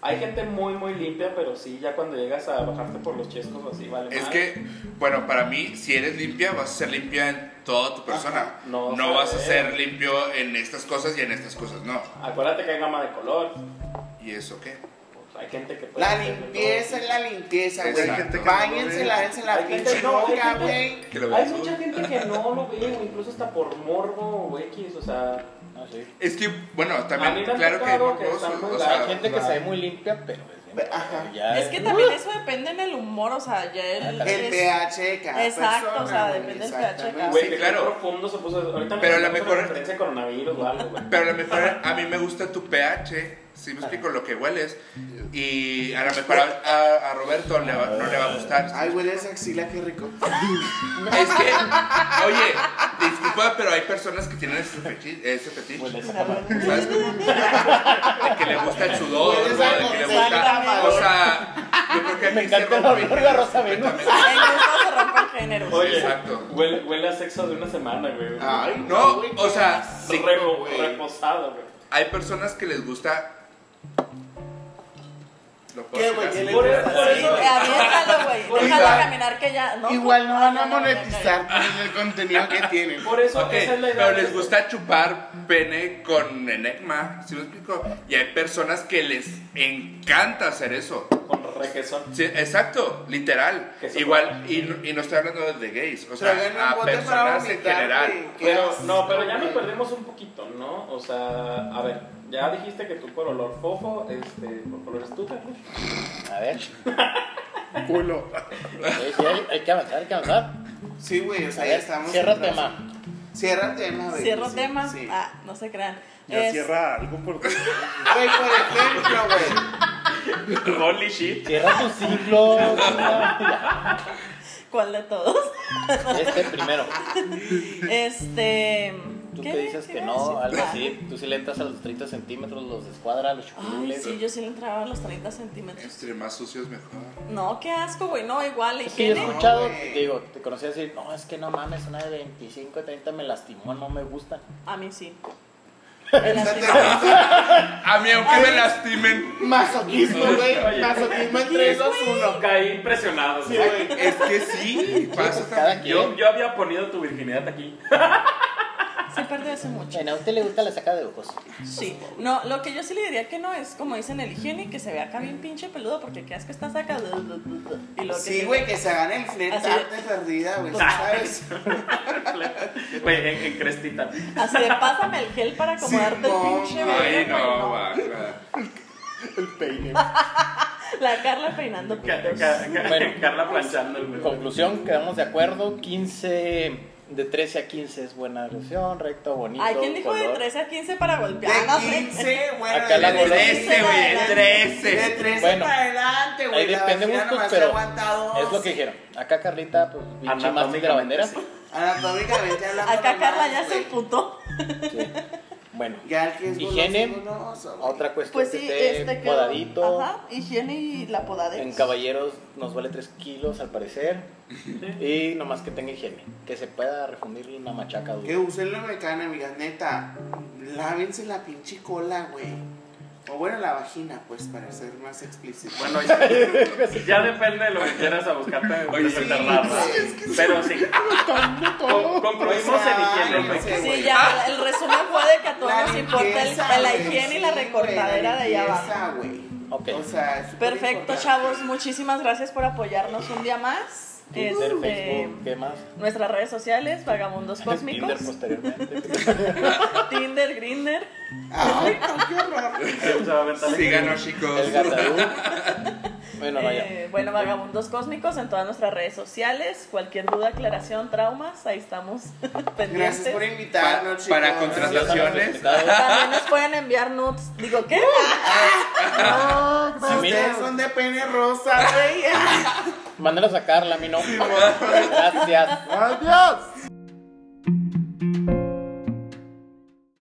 Speaker 5: hay gente muy, muy limpia, pero sí, ya cuando llegas a bajarte por los chescos o así, vale.
Speaker 6: Es
Speaker 5: madre.
Speaker 6: que, bueno, para mí, si eres limpia, vas a ser limpia en toda tu persona.
Speaker 5: Ajá. No,
Speaker 6: No,
Speaker 5: o sea,
Speaker 6: vas a
Speaker 5: eh.
Speaker 6: ser limpio en estas cosas y en estas cosas, no.
Speaker 5: Acuérdate que hay gama de color.
Speaker 6: ¿Y eso qué?
Speaker 5: Pues, hay gente que puede
Speaker 3: La
Speaker 5: hacerle todo.
Speaker 3: limpieza es la limpieza, güey.
Speaker 6: Hay gente
Speaker 4: Pues que no
Speaker 3: Báñense,
Speaker 4: lo ve.
Speaker 3: lávense la
Speaker 5: Hay gente
Speaker 3: pinche
Speaker 5: que no, hay
Speaker 3: boca,
Speaker 5: gente-
Speaker 3: güey.
Speaker 6: Que lo
Speaker 5: Hay
Speaker 6: veas.
Speaker 5: mucha gente que no lo ve, o incluso hasta por morbo o X, o sea.
Speaker 8: No, sí.
Speaker 6: Es que, bueno,
Speaker 5: A mí
Speaker 6: también,
Speaker 5: me ha
Speaker 6: claro que hay
Speaker 5: tocado que están
Speaker 6: morbosos,
Speaker 5: muy
Speaker 6: o
Speaker 5: gay,
Speaker 6: sea,
Speaker 8: Hay gente que
Speaker 5: claro.
Speaker 8: se ve muy limpia, pero es bien-
Speaker 3: Ajá.
Speaker 8: ya
Speaker 2: Es que también eso depende en el humor, o sea, ya el...
Speaker 3: El
Speaker 2: es-
Speaker 3: pH de cada
Speaker 2: Exacto,
Speaker 3: persona,
Speaker 2: o sea,
Speaker 3: güey,
Speaker 2: depende del
Speaker 3: exactamente.
Speaker 2: pH de
Speaker 5: Güey,
Speaker 6: Sí,
Speaker 5: que
Speaker 6: claro.
Speaker 5: qué profundo se puso. Ahorita
Speaker 6: Pero a lo
Speaker 5: me
Speaker 6: mejor-
Speaker 5: referencia de coronavirus o algo, güey.
Speaker 6: Pero a lo mejor a mí me gusta tu pH, si me explico lo que hueles. Y a lo mejor a, a- a Roberto le va- no le va a gustar.
Speaker 3: Ay, huele esa axila, qué rico.
Speaker 6: Es que, oye, Disculpa, pero hay personas que tienen ese fetiche. Ese fetiche. ¿Sabes
Speaker 9: Exactamente.
Speaker 6: cómo? De que le gusta el sudor,
Speaker 3: Pues,
Speaker 6: ¿no? de que le gusta.
Speaker 3: exactamente.
Speaker 6: O sea, yo creo que aquí
Speaker 10: Me encanta el olor de la Rosa Venus.
Speaker 2: El gusto se rompe el género.
Speaker 6: Oye. Exacto.
Speaker 5: Huele, huele a sexo de una semana, güey.
Speaker 6: Ay, no, o sea, sí,
Speaker 5: Re-
Speaker 6: güey.
Speaker 5: reposado, güey.
Speaker 6: Hay personas que les gusta. Lo puedo
Speaker 3: ¿Qué,
Speaker 6: decir
Speaker 3: güey?
Speaker 6: así.
Speaker 3: ¿Qué le
Speaker 5: Por
Speaker 3: gusta?
Speaker 5: eso- por
Speaker 2: Sí,
Speaker 5: eso-
Speaker 2: güey, aviéntalo, güey. Déjalo caminar que ya. No, Ah,
Speaker 3: Igual no van a
Speaker 2: no, no, no, no, no.
Speaker 3: monetizar el contenido que tienen.
Speaker 5: Por eso
Speaker 6: Ok,
Speaker 5: esa es la idea.
Speaker 6: pero
Speaker 5: de
Speaker 6: les
Speaker 5: esto.
Speaker 6: gusta chupar pene con enigma, ¿sí me explico? Y hay personas que les encanta hacer eso.
Speaker 5: Con requesón.
Speaker 6: Sí, exacto, literal.
Speaker 5: Que se
Speaker 6: Igual, y, no- y no estoy hablando de gays, o sea,
Speaker 3: Traigan un
Speaker 6: a
Speaker 3: bote para
Speaker 6: personas en
Speaker 3: vomitar,
Speaker 6: general.
Speaker 3: güey. Qué
Speaker 5: Pero,
Speaker 3: asco,
Speaker 5: no, pero ya nos
Speaker 3: güey.
Speaker 5: perdimos un poquito, ¿no? O sea, a ver, ya dijiste que tú por olor fofo, este, por color es tú, Carlos.
Speaker 1: A ver,
Speaker 4: Culo.
Speaker 1: sí, sí, hay, hay que avanzar, hay que avanzar.
Speaker 3: Sí, güey, o
Speaker 1: A
Speaker 3: sea, ya
Speaker 1: ver,
Speaker 3: estamos.
Speaker 1: cierra
Speaker 3: atrás.
Speaker 1: tema.
Speaker 3: Cierra tema, güey.
Speaker 2: Cierro
Speaker 3: Sí,
Speaker 2: tema.
Speaker 3: sí.
Speaker 2: Ah, no se crean.
Speaker 4: Ya
Speaker 2: Es-
Speaker 4: cierra algo por
Speaker 3: Güey, por ejemplo, güey.
Speaker 5: Holy shit.
Speaker 1: Cierra tu ciclo. chinga.
Speaker 2: ¿Cuál de todos?
Speaker 1: Este primero.
Speaker 2: este.
Speaker 1: Tú
Speaker 2: ¿qué
Speaker 1: que dices
Speaker 2: qué
Speaker 1: que
Speaker 2: iba a
Speaker 1: no,
Speaker 2: decir?
Speaker 1: algo
Speaker 2: Ah.
Speaker 1: así. Tú sí le entras a los 30 centímetros, los descuadra, los
Speaker 2: Ay,
Speaker 1: chupiles.
Speaker 2: sí, yo sí le entraba a los 30 centímetros.
Speaker 6: Entre más sucios mejor.
Speaker 2: No, qué asco, güey. No, igual,
Speaker 1: Es que yo he
Speaker 2: higiene.
Speaker 1: escuchado,
Speaker 3: No, güey.
Speaker 1: digo, te conocí decir, no, es que no mames, una de 25, 30 me lastimó, no me gusta.
Speaker 2: A mí sí. Me lastimó.
Speaker 6: A mí, aunque me lastimen,
Speaker 3: Masoquismo, güey.
Speaker 5: Oye.
Speaker 3: Masoquismo en 3, 2, 1.
Speaker 5: Caí impresionado, güey.
Speaker 6: es que sí, pasa
Speaker 1: cada
Speaker 6: también.
Speaker 1: quien.
Speaker 5: Yo, yo había ponido tu virginidad aquí.
Speaker 2: Sí, perdió hace mucho.
Speaker 1: Bueno, a usted le gusta la saca de ojos.
Speaker 2: Sí. No, lo que yo sí le diría que no es como dicen el higiene, que se ve acá bien pinche peludo porque qué asco estás acá. Y lo que
Speaker 3: Sí, güey, que se hagan el flet
Speaker 2: Así
Speaker 3: arte perdida, güey. ¿Sabes?
Speaker 5: Güey, en, en crestita.
Speaker 2: Así de pásame el gel para acomodarte
Speaker 3: Simón,
Speaker 2: el pinche
Speaker 6: Ay,
Speaker 2: vello, güey,
Speaker 6: no, va, claro.
Speaker 2: La Carla peinando
Speaker 5: Ca-
Speaker 2: pitos.
Speaker 5: ca- ca-
Speaker 1: Bueno.
Speaker 5: Carla planchando, güey.
Speaker 1: Conclusión, quedamos de acuerdo, 15, de 13 a 15 es buena agresión, recto, bonito.
Speaker 2: Ay, ¿quién dijo de
Speaker 1: color.
Speaker 2: 13 a 15 para golpear? Ah, No,
Speaker 3: De
Speaker 2: hombre.
Speaker 3: 15, bueno.
Speaker 1: Acá la
Speaker 3: de-
Speaker 6: De
Speaker 1: bola.
Speaker 6: 13, güey, de
Speaker 3: De
Speaker 6: 13.
Speaker 3: 13
Speaker 1: Bueno,
Speaker 3: para adelante, güey.
Speaker 1: Ahí
Speaker 3: la
Speaker 1: depende
Speaker 3: vagina
Speaker 1: mucho,
Speaker 3: nomás
Speaker 1: pero
Speaker 3: aguanta dos.
Speaker 1: es lo que dijeron. Acá Carlita, pues, pinche mástil de la bandera.
Speaker 5: Sí.
Speaker 3: Anatómicamente hablando.
Speaker 2: Acá
Speaker 3: nomás,
Speaker 2: Carla ya se
Speaker 3: güey.
Speaker 2: emputó.
Speaker 1: este, Sí. Bueno,
Speaker 3: Ya el que es
Speaker 1: Higiene,
Speaker 3: goloso, güey.
Speaker 1: otra cuestión
Speaker 9: Pues
Speaker 1: que
Speaker 9: sí,
Speaker 1: esté
Speaker 9: este que.
Speaker 1: podadito.
Speaker 9: Ajá, higiene y la podadera.
Speaker 1: En caballeros nos vale 3 kilos al parecer. Y nomás que tenga higiene. Que se pueda refundir una machaca dura.
Speaker 3: Que usen la mecana, amigas, neta. Lávense la pinche cola, güey. O bueno, la vagina, pues, para ser más explícito.
Speaker 5: Bueno, ya, ya depende de lo que quieras a buscarte.
Speaker 6: Oye, sí,
Speaker 5: desenterrar, ¿verdad? Pero sí. Con- Concluimos en higiene, güey.
Speaker 3: Sí,
Speaker 2: Sí,
Speaker 3: güey.
Speaker 2: ya, el resumen fue de que a todos nos importa el-
Speaker 3: limpieza,
Speaker 2: la
Speaker 3: güey,
Speaker 2: higiene y
Speaker 3: sí,
Speaker 2: la
Speaker 3: güey,
Speaker 2: recortadera de allá abajo.
Speaker 3: limpieza, güey.
Speaker 1: Ok.
Speaker 3: O sea, es súper
Speaker 2: Perfecto,
Speaker 3: importante.
Speaker 2: chavos. Muchísimas gracias por apoyarnos un día más.
Speaker 1: Twitter,
Speaker 2: Este,
Speaker 1: Facebook, ¿qué más?
Speaker 2: Nuestras redes sociales, Vagabundos Cósmicos,
Speaker 1: Tinder posteriormente.
Speaker 2: Tinder, Grinder.
Speaker 3: Ah, Ay, no, qué horror.
Speaker 5: Se va a aventar el-
Speaker 6: Síganos, chicos.
Speaker 1: El Gatarú. Bueno, vaya.
Speaker 2: Eh, bueno, Vagabundos Cósmicos en todas nuestras redes sociales. Cualquier duda, aclaración, traumas, ahí estamos pendientes.
Speaker 3: Gracias por
Speaker 6: Pa-
Speaker 3: invitarnos, chicos.
Speaker 6: para contrataciones.
Speaker 1: Respetados.
Speaker 2: También nos pueden enviar nudes. Digo, ¿qué?
Speaker 1: A mí,
Speaker 3: Ustedes son de pene rosa, güey.
Speaker 1: mándanos a Carla, a mí no. Gracias.
Speaker 4: ¡Adiós!